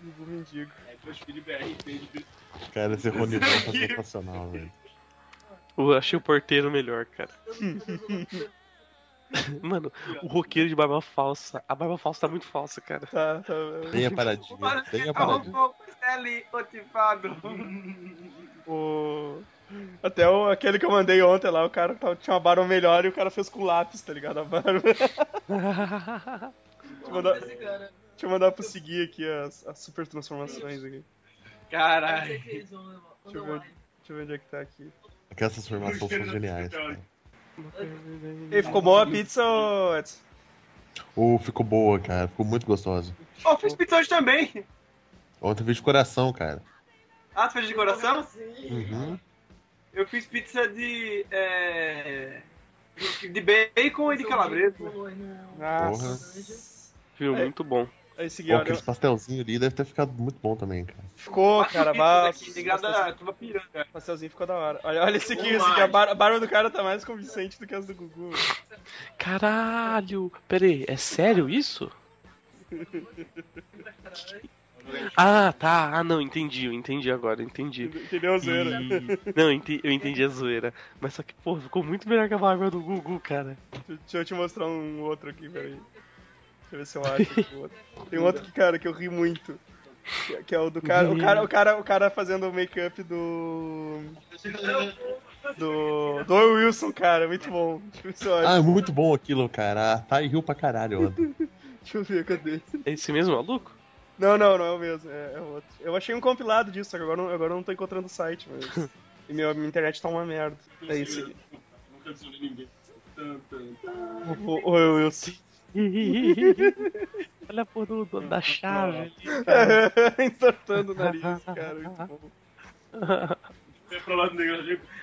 Speaker 2: Gugu mendigo.
Speaker 4: Cara, esse Rony Von tá sensacional, velho.
Speaker 6: Eu achei o porteiro melhor, cara. Mano, o roqueiro de barba falsa. A barba falsa tá muito falsa, cara.
Speaker 2: Tá, tá. velho.
Speaker 4: Tem a paradinha, tem a paradinha.
Speaker 2: O... Até o, aquele que eu mandei ontem lá, o cara tava- tinha uma barba melhor e o cara fez com lápis, tá ligado? A barba. Deixa eu mandar, deixa eu mandar pro seguir aqui as, as super transformações aqui.
Speaker 3: Caralho.
Speaker 2: Deixa eu, ver, deixa eu ver onde é que tá aqui.
Speaker 4: Aquelas transformações são geniais, cara.
Speaker 2: Ei, ficou boa a pizza, ô Edson?
Speaker 4: Ô, ficou boa, cara. Ficou muito gostosa.
Speaker 3: Ó, Oh, fiz pizza hoje também.
Speaker 4: Ontem eu fiz de coração, cara.
Speaker 3: Ah, tu fez de coração?
Speaker 4: Uhum.
Speaker 3: Eu fiz pizza de. É... De bacon e de calabresa.
Speaker 2: Nossa.
Speaker 6: Viu, muito bom.
Speaker 2: Aí segui,
Speaker 4: Pô,
Speaker 2: olha.
Speaker 4: aqueles pastelzinhos ali deve ter ficado muito bom também, cara.
Speaker 2: Ficou, cara.
Speaker 3: Pizza
Speaker 2: Bah,
Speaker 3: aqui, ligada a Tuba Piranga.
Speaker 2: O pastelzinho ficou da hora. Olha, olha esse aqui, esse aqui. A bar- a barba do cara tá mais convincente do que as do Gugu.
Speaker 6: Caralho! Pera aí, é sério isso? Ah, tá. Ah, não, entendi. Eu entendi agora, entendi.
Speaker 2: Entendeu a zoeira?
Speaker 6: E- Não, ente- eu entendi a zoeira. Mas só que, pô, ficou muito melhor que a barba do Gugu, cara.
Speaker 2: Deixa eu te mostrar um outro aqui, peraí. Deixa eu ver se eu acho aqui o outro. Tem um outro que, cara, que eu ri muito. Que- Que é o do cara. O cara, o cara, o cara fazendo o make-up do. Do. Do Wilson, cara. Muito bom. Deixa eu ver se eu
Speaker 4: Ah,
Speaker 2: acho.
Speaker 4: é muito bom aquilo, cara. Ah, tá e riu pra caralho ontem.
Speaker 2: Deixa eu ver, cadê?
Speaker 6: É esse mesmo maluco?
Speaker 2: Não, não, não é o mesmo. É, é o outro. Eu achei um compilado disso, só que agora, não- agora eu não tô encontrando o site, mas. E meu, minha internet tá uma merda. É isso aqui. O, o, o Wilson.
Speaker 6: Olha a porra do, do- da chave.
Speaker 2: Entortando o nariz, cara. Muito bom.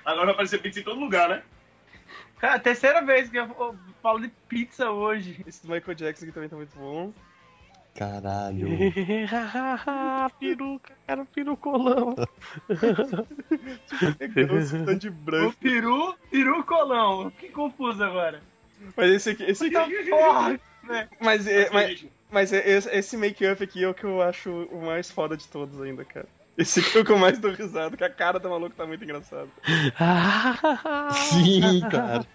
Speaker 7: Agora vai aparecer pizza em todo lugar, né?
Speaker 3: Cara, é terceira vez que eu eu falo de pizza hoje.
Speaker 2: Esse do Michael Jackson aqui também tá muito bom.
Speaker 4: Caralho.
Speaker 6: Ah, peruca, cara, perucolão.
Speaker 2: Negão, tá de
Speaker 3: O
Speaker 2: branco.
Speaker 3: peru, peru colão. Que confuso agora. Então,
Speaker 2: Mas esse aqui. Esse aqui
Speaker 3: Porra!
Speaker 2: mas, é- mas, mas é- esse, esse make-up aqui é o que eu acho o mais foda de todos ainda, cara. Esse aqui é o que eu mais dou risada, que a cara do maluco tá muito engraçado.
Speaker 4: Sim, cara.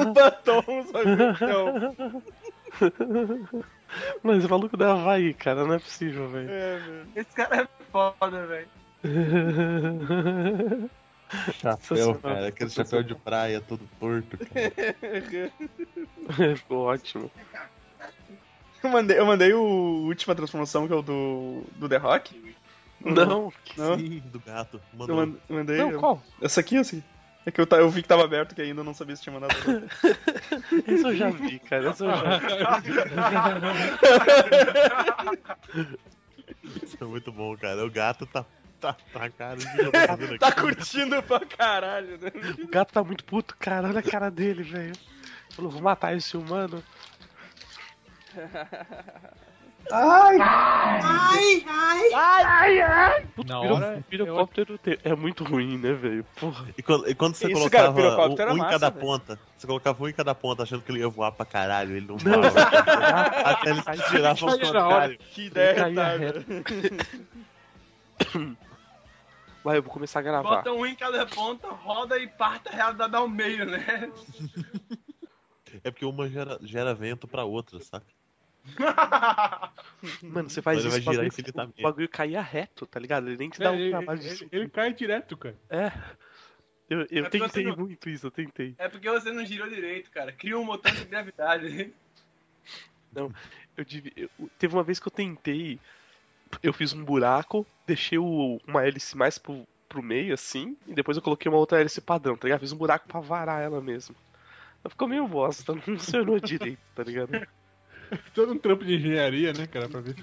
Speaker 2: O batom, sabe? Não,
Speaker 6: Mas o maluco da Havaí, cara, não é possível, velho.
Speaker 2: é, velho.
Speaker 3: Esse cara é foda, velho.
Speaker 4: Chapéu, cara. Aquele chapéu de praia todo torto, cara.
Speaker 6: Ficou ótimo.
Speaker 2: Eu mandei, eu mandei o Última Transformação, que é o do, do The Rock.
Speaker 6: Não,
Speaker 2: Não?
Speaker 4: Sim, do gato.
Speaker 2: Eu
Speaker 4: Mandou.
Speaker 2: man- mandei.
Speaker 6: não, qual?
Speaker 2: Essa aqui, assim. É que eu, ta- eu vi que tava aberto, que ainda eu não sabia se tinha mandado.
Speaker 6: Essa eu já vi, cara. Essa eu já vi.
Speaker 4: Isso é muito bom, cara. O gato tá. Tá, tá, cara. o que eu tô fazendo
Speaker 2: tá
Speaker 4: aqui?
Speaker 2: curtindo pra caralho, né?
Speaker 6: O gato tá muito puto, cara. Olha a cara dele, velho. Falou, vou matar esse humano.
Speaker 2: Ai,
Speaker 5: ai, ai.
Speaker 8: Na
Speaker 6: Piro-
Speaker 8: hora,
Speaker 6: Pirocóptero te- é muito ruim, né, velho? Porra.
Speaker 4: E quando, e quando você
Speaker 2: Isso, cara,
Speaker 4: colocava
Speaker 2: pirocóptero era
Speaker 4: um, um em
Speaker 2: massa,
Speaker 4: cada
Speaker 2: velho.
Speaker 4: ponta, você colocava um em cada ponta achando que ele ia voar pra caralho, ele não voava.
Speaker 6: Tá
Speaker 4: até ele se girava ao
Speaker 8: Caiu na hora.
Speaker 4: contrário.
Speaker 2: que
Speaker 6: Ele
Speaker 2: ideia,
Speaker 6: caía
Speaker 2: tá?
Speaker 6: reto. né? Vai, eu vou começar a
Speaker 2: Tá,
Speaker 6: gravar.
Speaker 3: Bota um em cada ponta, roda e parta a realidade ao meio, né?
Speaker 4: É porque uma gera, gera vento pra outra, saca?
Speaker 6: Mano, você
Speaker 4: Mas
Speaker 6: faz
Speaker 4: ele vai girar
Speaker 6: isso, o bagulho,
Speaker 4: infinitamente.
Speaker 6: o bagulho caía reto, tá ligado? Ele nem te dá
Speaker 8: Velho,
Speaker 6: um
Speaker 8: É, ele,
Speaker 6: trabalho de
Speaker 8: ele- ele cai direto, cara.
Speaker 6: É. Eu, eu
Speaker 3: É porque
Speaker 6: tentei
Speaker 3: você não-
Speaker 6: muito isso, eu tentei.
Speaker 3: É porque você não girou direito, cara. Cria um motor de gravidade.
Speaker 6: Eu tive- eu- teve uma vez que eu tentei, eu fiz um buraco, deixei o- uma hélice mais pro, pro meio, assim, e depois eu coloquei uma outra hélice padrão, tá ligado? Fiz um buraco pra varar ela mesmo. Mas Ficou meio bosta, não funcionou direito, tá ligado?
Speaker 8: Todo um trampo de engenharia, né, cara, pra ver.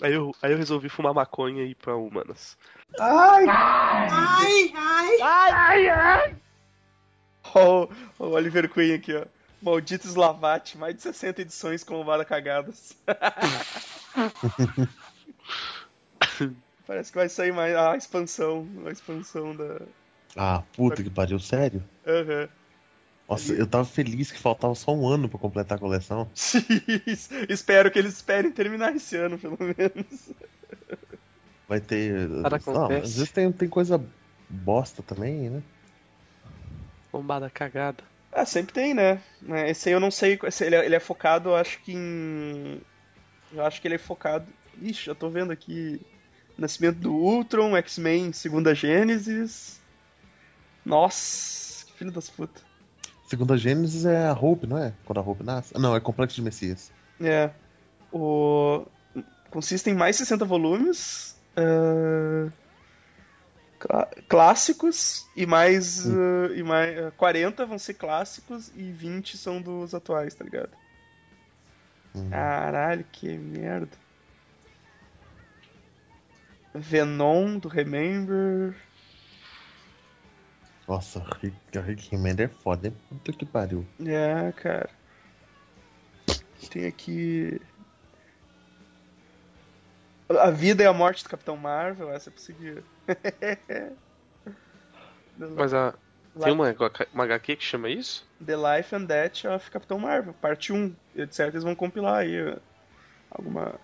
Speaker 6: Aí eu, aí eu resolvi fumar maconha e ir pra humanas.
Speaker 5: Ai, ai.
Speaker 2: Ó, o o Oliver Queen aqui, ó. Maldito Slavate, mais de 60 edições com vara cagadas. Parece que vai sair mais a expansão, a expansão da.
Speaker 4: Ah, puta que pariu, sério?
Speaker 2: Aham.
Speaker 4: Nossa, eu tava feliz que faltava só um ano pra completar a coleção.
Speaker 2: Espero que eles esperem terminar esse ano, pelo menos.
Speaker 4: Vai ter.
Speaker 6: Nada
Speaker 4: Não,
Speaker 6: acontece.
Speaker 4: às vezes tem, tem coisa bosta também, né?
Speaker 6: Lombada cagada.
Speaker 2: Ah, sempre tem, né? Né, Esse aí eu não sei. esse- ele, é, ele é focado, eu acho que em. Eu acho que ele é focado. Ixi, eu tô vendo aqui. Nascimento do Ultron, X-Men, Segunda Gênesis. Nossa, que filho das putas.
Speaker 4: Segunda Gênesis é a Hope, não é? Quando a Hope nasce. Ah, Não, é Complexo de Messias.
Speaker 2: É. O... Consiste em mais 60 volumes. ah, clá- Clássicos e mais, ah, e mais ah, 40 vão ser clássicos e 20 são dos atuais, tá ligado?
Speaker 4: Uhum.
Speaker 2: Caralho, que merda. Venom do Remember.
Speaker 4: Nossa, o Rick, o Rick Remender é foda, hein? Puta que pariu.
Speaker 2: É, cara. Tem aqui. A vida e a morte do Capitão Marvel, essa eu consegui. The,
Speaker 6: Mas a.
Speaker 2: Lá-
Speaker 6: Tem uma, uma HQ que chama isso?
Speaker 2: The Life and Death of Capitão Marvel, parte 1. Eu, de certo, eles vão compilar aí ó, alguma.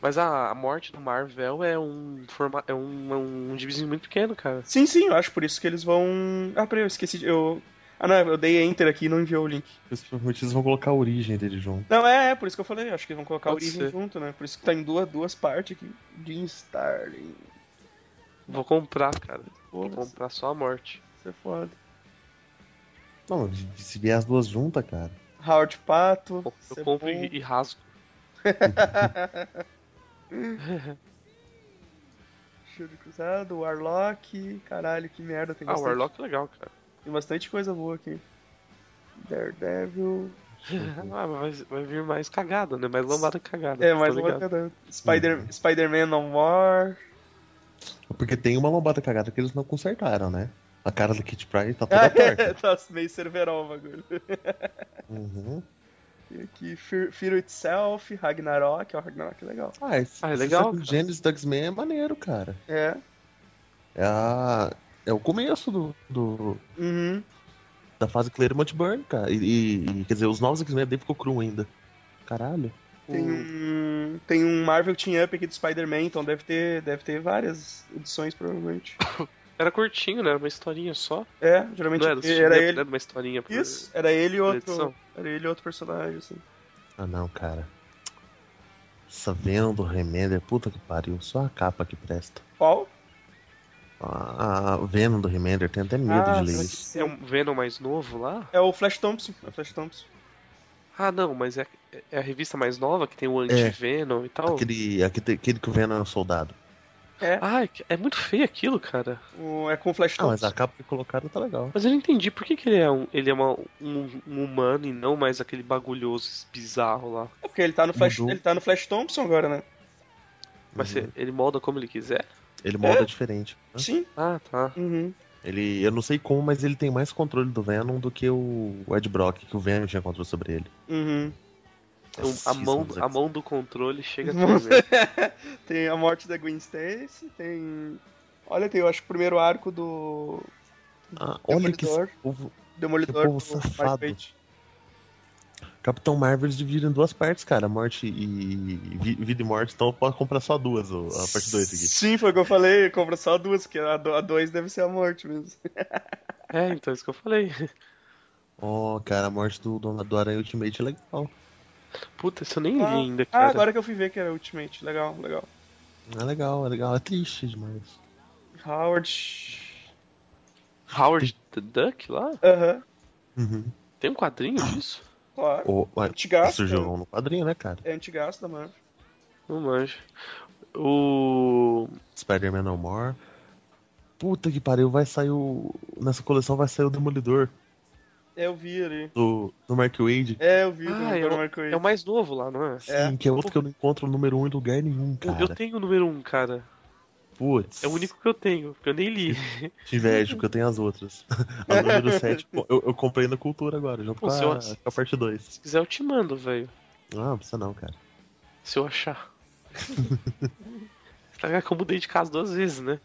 Speaker 6: Mas a, a morte do Marvel é um, forma, é um, é um divisinho muito pequeno, cara.
Speaker 2: Sim, sim, eu acho por isso que eles vão. Ah, peraí, eu esqueci de. Eu... Ah, não, eu dei enter aqui e não enviou o link.
Speaker 4: Eles provavelmente eles vão colocar a origem dele junto.
Speaker 2: Não, é, é, por isso que eu falei, acho que vão colocar a
Speaker 6: Pode
Speaker 2: origem
Speaker 6: ser.
Speaker 2: junto, né? Por isso que tá em duas, duas partes aqui. Dean Starling.
Speaker 6: Vou comprar, cara. Vou
Speaker 2: Porra,
Speaker 6: comprar só a morte.
Speaker 2: isso é foda.
Speaker 4: Não, mas de- se vier as duas juntas, cara.
Speaker 2: Howard Pato.
Speaker 6: Eu
Speaker 2: Cebola.
Speaker 6: compro e, e rasgo.
Speaker 2: Shield Cruzado, Warlock. Caralho, que merda. Tem
Speaker 6: Ah, o
Speaker 2: bastante,
Speaker 6: Warlock é legal, cara.
Speaker 2: tem bastante coisa boa aqui. Daredevil.
Speaker 6: Ah, mas vai, vai vir mais cagada, né? Mais lombada cagada.
Speaker 2: Uhum. É,
Speaker 6: tô
Speaker 2: mais uma
Speaker 6: ligado.
Speaker 2: cada. Spider- Spider-Man No More.
Speaker 4: Porque tem uma lombada cagada que eles não consertaram, né? A cara do Kit Pryde tá toda
Speaker 6: É.
Speaker 4: torta.
Speaker 2: tá meio serverol o bagulho.
Speaker 4: Uhum.
Speaker 2: E aqui, Fear, Fear Itself, Ragnarok. Ó, Ragnarok é legal.
Speaker 4: Ah, esse,
Speaker 6: Ah, é
Speaker 4: esse
Speaker 6: legal,
Speaker 4: Second
Speaker 6: cara.
Speaker 4: Genesis do X-Men é maneiro, cara.
Speaker 2: É.
Speaker 4: É, a- é o começo do, do-
Speaker 2: Uhum.
Speaker 4: da fase Claremont Burn, cara. E, e- e, quer dizer, os novos X-Men dele ficou cru ainda. Caralho.
Speaker 6: Uh.
Speaker 2: Tem um, tem um Marvel Team Up aqui do Spider-Man, então deve ter, deve ter várias edições, provavelmente.
Speaker 6: Era curtinho, né? Era uma historinha só.
Speaker 2: É, geralmente
Speaker 6: Não era, dos
Speaker 2: era
Speaker 6: filmes,
Speaker 2: ele.
Speaker 6: né? Era uma historinha. por-
Speaker 2: Isso, era ele e
Speaker 6: por
Speaker 2: outro.
Speaker 6: edição.
Speaker 2: Era ele e outro personagem, assim.
Speaker 4: Ah não, cara. Essa venda do Remender, puta que pariu, só a capa que presta.
Speaker 2: Qual?
Speaker 4: A, a Venom do Remender tem até medo
Speaker 2: Ah,
Speaker 4: de ler
Speaker 2: sim.
Speaker 4: isso.
Speaker 6: É um Venom mais novo lá?
Speaker 2: É o Flash Thompson. É o Flash Thompson.
Speaker 6: Ah, não, mas é, é a revista mais nova que tem o anti-Venom e tal.
Speaker 4: Aquele, aquele, aquele que o Venom é um soldado.
Speaker 6: Ah, é muito feio aquilo, cara.
Speaker 2: O- é com o Flash
Speaker 4: Ah, mas
Speaker 2: Thompson.
Speaker 4: a capa que colocaram tá legal.
Speaker 6: Mas eu não entendi por que, que ele é, um, ele é uma- um, um humano e não mais aquele bagulhoso bizarro lá.
Speaker 2: É porque ele tá no Flash.
Speaker 4: Mudou.
Speaker 2: Ele tá no Flash Thompson agora, né? Uhum.
Speaker 6: Mas se- ele molda como ele quiser?
Speaker 4: Ele
Speaker 6: É?
Speaker 4: molda diferente. né?
Speaker 2: Sim.
Speaker 6: Ah, tá.
Speaker 2: Uhum.
Speaker 4: Ele, eu não sei como, mas ele tem mais controle do Venom do que o Ed Brock, que o Venom tinha controle sobre ele.
Speaker 2: Uhum.
Speaker 6: Um- a, mão,
Speaker 4: Fascismo,
Speaker 6: a mão do controle chega a tremer.
Speaker 2: Tem a morte da Gwen Stacy, tem. Olha, tem eu acho que o primeiro arco do
Speaker 4: Ah, olha que
Speaker 2: Demolidor.
Speaker 4: povo-
Speaker 2: Demolidor
Speaker 4: Que povo
Speaker 2: do Mike
Speaker 4: safado.
Speaker 2: Page.
Speaker 4: Capitão Marvel eles dividiram em duas partes, cara. Morte e. vi- Vida e morte, então pode comprar só duas, o- a parte 2 aqui.
Speaker 2: Sim, foi o que eu falei, compra só duas, porque a do- a dois deve ser a morte mesmo.
Speaker 6: É, então isso que eu falei.
Speaker 4: Oh, cara, a morte do, do, do Aranha Ultimate é legal.
Speaker 6: Puta, isso eu nem
Speaker 2: Ah,
Speaker 6: vi ainda, é
Speaker 2: Ah,
Speaker 6: cara.
Speaker 2: agora que eu fui ver que era Ultimate. Legal, legal.
Speaker 4: É legal, é legal. É triste demais.
Speaker 2: Howard.
Speaker 6: Howard the Duck lá?
Speaker 2: Aham,
Speaker 4: Uhum.
Speaker 6: Tem um quadrinho disso?
Speaker 2: claro.
Speaker 4: Oh, mas
Speaker 2: Antigaço,
Speaker 4: isso jogou no quadrinho, né, cara?
Speaker 2: É antigaço da Marvel.
Speaker 6: Não manjo. O.
Speaker 4: Spider-Man No More. Puta que pariu, vai sair o. Nessa coleção vai sair o Demolidor
Speaker 2: É, eu vi ali.
Speaker 4: do, do Mark Wade.
Speaker 2: É, eu vi
Speaker 6: Ah,
Speaker 2: do Dr.
Speaker 6: eu-
Speaker 2: Marco aí.
Speaker 6: É o mais novo lá, não é?
Speaker 2: É.
Speaker 4: Sim, que é outro que eu não encontro o número 1 um em lugar nenhum,
Speaker 6: Eu-
Speaker 4: cara.
Speaker 6: Eu tenho o número um, cara.
Speaker 4: Putz.
Speaker 6: É o único que eu tenho, porque eu nem li.
Speaker 4: Te invejo, porque eu tenho as outras. A número 7, eu, eu comprei na cultura agora, junto
Speaker 6: Pô,
Speaker 4: com
Speaker 6: seu
Speaker 4: a,
Speaker 6: ass-
Speaker 4: com a parte 2.
Speaker 6: Se quiser, eu te mando, velho.
Speaker 4: Ah, não precisa não, cara.
Speaker 6: Se eu achar. Tá ligado que eu mudei de casa duas vezes, né?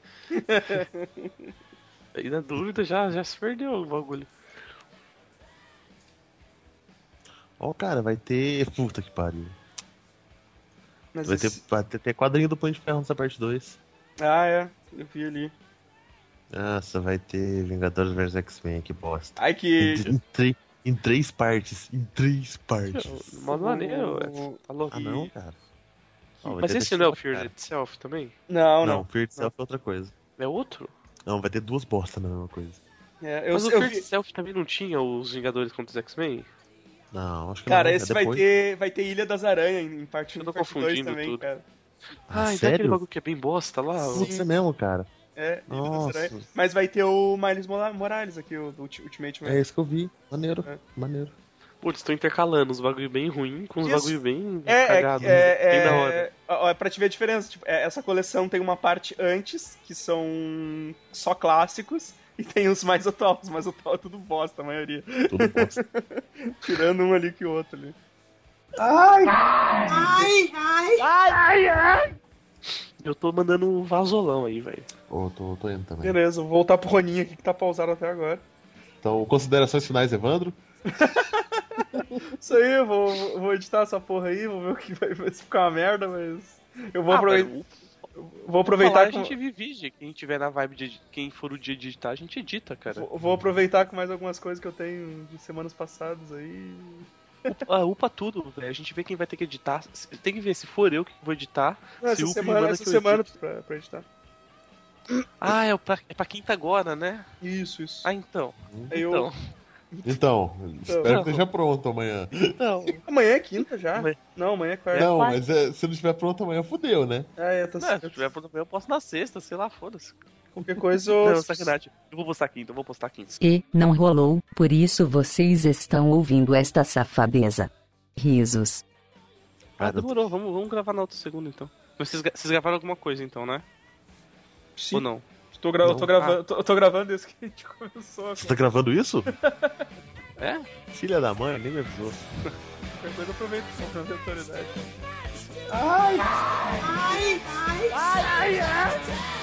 Speaker 6: E na dúvida já, já se perdeu o bagulho.
Speaker 4: Ó, cara, vai ter. Puta que pariu.
Speaker 2: Mas
Speaker 4: Vai ter,
Speaker 2: esse-
Speaker 4: vai ter, ter quadrinho do Punho de Ferro nessa parte 2.
Speaker 2: Ah, é. Eu vi ali.
Speaker 4: Nossa, vai ter Vingadores vs X-Men, que bosta.
Speaker 2: Ai, que.
Speaker 4: Em, em tre- em três partes. Em três partes.
Speaker 6: De modo maneiro, velho. Tá louco.
Speaker 4: Ah, não, cara. Ah, vai
Speaker 6: Mas
Speaker 4: ter
Speaker 6: esse não é o
Speaker 4: Deathstroke,
Speaker 6: Fear
Speaker 4: cara.
Speaker 6: Itself também?
Speaker 2: Não,
Speaker 4: Não,
Speaker 2: não.
Speaker 4: o Fear Itself é outra coisa.
Speaker 6: É outro?
Speaker 4: Não, vai ter duas bostas na mesma coisa.
Speaker 2: É, eu,
Speaker 6: Mas o
Speaker 2: eu
Speaker 6: Fear
Speaker 2: vi.
Speaker 6: Itself também não tinha os Vingadores contra os X-Men?
Speaker 4: Não, acho que
Speaker 2: Cara,
Speaker 4: não. é
Speaker 2: esse vai
Speaker 4: depois.
Speaker 2: ter, vai ter Ilha das Aranhas em parte
Speaker 6: Eu
Speaker 2: 1
Speaker 6: tô
Speaker 2: e parte 2
Speaker 6: confundindo
Speaker 2: também,
Speaker 6: tudo.
Speaker 2: cara.
Speaker 4: Ah,
Speaker 6: então é aquele
Speaker 4: sério?
Speaker 6: bagulho que é bem bosta lá?
Speaker 2: Sim.
Speaker 4: Você mesmo, cara.
Speaker 2: É, Ilha das
Speaker 4: Nossa.
Speaker 2: Aranhas. Mas vai ter o Miles Mola- Morales aqui, o do Ulti- Ultimate Man.
Speaker 4: É isso que eu vi. Maneiro,
Speaker 2: É.
Speaker 4: maneiro.
Speaker 6: Putz, tô intercalando os bagulho bem ruim com os
Speaker 2: Isso.
Speaker 6: bagulho bem
Speaker 2: É,
Speaker 6: tá cagado. né?
Speaker 2: é, é,
Speaker 6: bem
Speaker 2: é,
Speaker 6: da hora.
Speaker 2: ó, ó, pra te ver a diferença, tipo, é, essa coleção tem uma parte antes, que são só clássicos, e tem os mais atuais, os mais atuais é tudo bosta, a maioria.
Speaker 4: Tudo bosta.
Speaker 2: Tirando um ali que o outro ali.
Speaker 5: ai, ai.
Speaker 6: Eu tô mandando um vazolão aí, velho.
Speaker 4: Ô, tô, tô indo também.
Speaker 2: Beleza, vou voltar pro Roninho aqui que tá pausado até agora.
Speaker 4: Então, considerações finais, Evandro?
Speaker 2: Isso aí, eu vou, vou- vou editar essa porra aí, vou ver o que vai, vai se ficar uma merda, mas. Eu vou
Speaker 6: Ah,
Speaker 2: aproveitar.
Speaker 6: mano,
Speaker 2: Vou
Speaker 6: falar,
Speaker 2: aproveitar um-
Speaker 6: a
Speaker 2: com...
Speaker 6: gente divide. Quem tiver na vibe de quem for o dia de editar, a gente edita, cara.
Speaker 2: vou- Vou aproveitar com mais algumas coisas que eu tenho de semanas passadas aí.
Speaker 6: Ah, upa tudo, velho. A gente vê quem vai ter que editar. Tem que ver se for eu que vou editar.
Speaker 2: Não,
Speaker 6: Se
Speaker 2: essa
Speaker 6: o Upi
Speaker 2: semana,
Speaker 6: manda
Speaker 2: essa
Speaker 6: que eu
Speaker 2: semana pra, pra editar.
Speaker 6: Ah, é o pra, é pra quinta agora, né?
Speaker 2: Isso, isso.
Speaker 6: Ah, então.
Speaker 2: Aí eu-
Speaker 6: Então.
Speaker 4: Então, espero que esteja pronto amanhã.
Speaker 6: então.
Speaker 2: Amanhã é quinta já?
Speaker 6: Amanhã.
Speaker 2: Não, amanhã é quarta.
Speaker 4: Não, mas é, se não estiver pronto amanhã, fudeu, né?
Speaker 2: Ah, é, tá
Speaker 6: Não, se
Speaker 2: certo.
Speaker 6: tiver problema, eu posto na sexta, sei lá, foda-se.
Speaker 2: Qualquer coisa eu...
Speaker 6: Não, sacanagem. Eu vou postar quinta, eu vou postar quinta.
Speaker 1: E não rolou, por isso vocês estão ouvindo esta safadeza. Risos.
Speaker 6: Ah, demorou, vamos, vamos gravar na outra segunda então. Mas vocês, gra- vocês gravaram alguma coisa então, né?
Speaker 2: Sim,
Speaker 6: Ou não?
Speaker 2: Tô, gra-
Speaker 4: Não.
Speaker 2: tô gravando, tô, tô gravando desde que a gente começou.
Speaker 4: Você tá gravando isso?
Speaker 6: É?
Speaker 4: Filha da mãe, nem me avisou.
Speaker 2: Qualquer coisa eu aproveito com grande autoridade.
Speaker 5: Ai, ai.
Speaker 9: Ai, ai.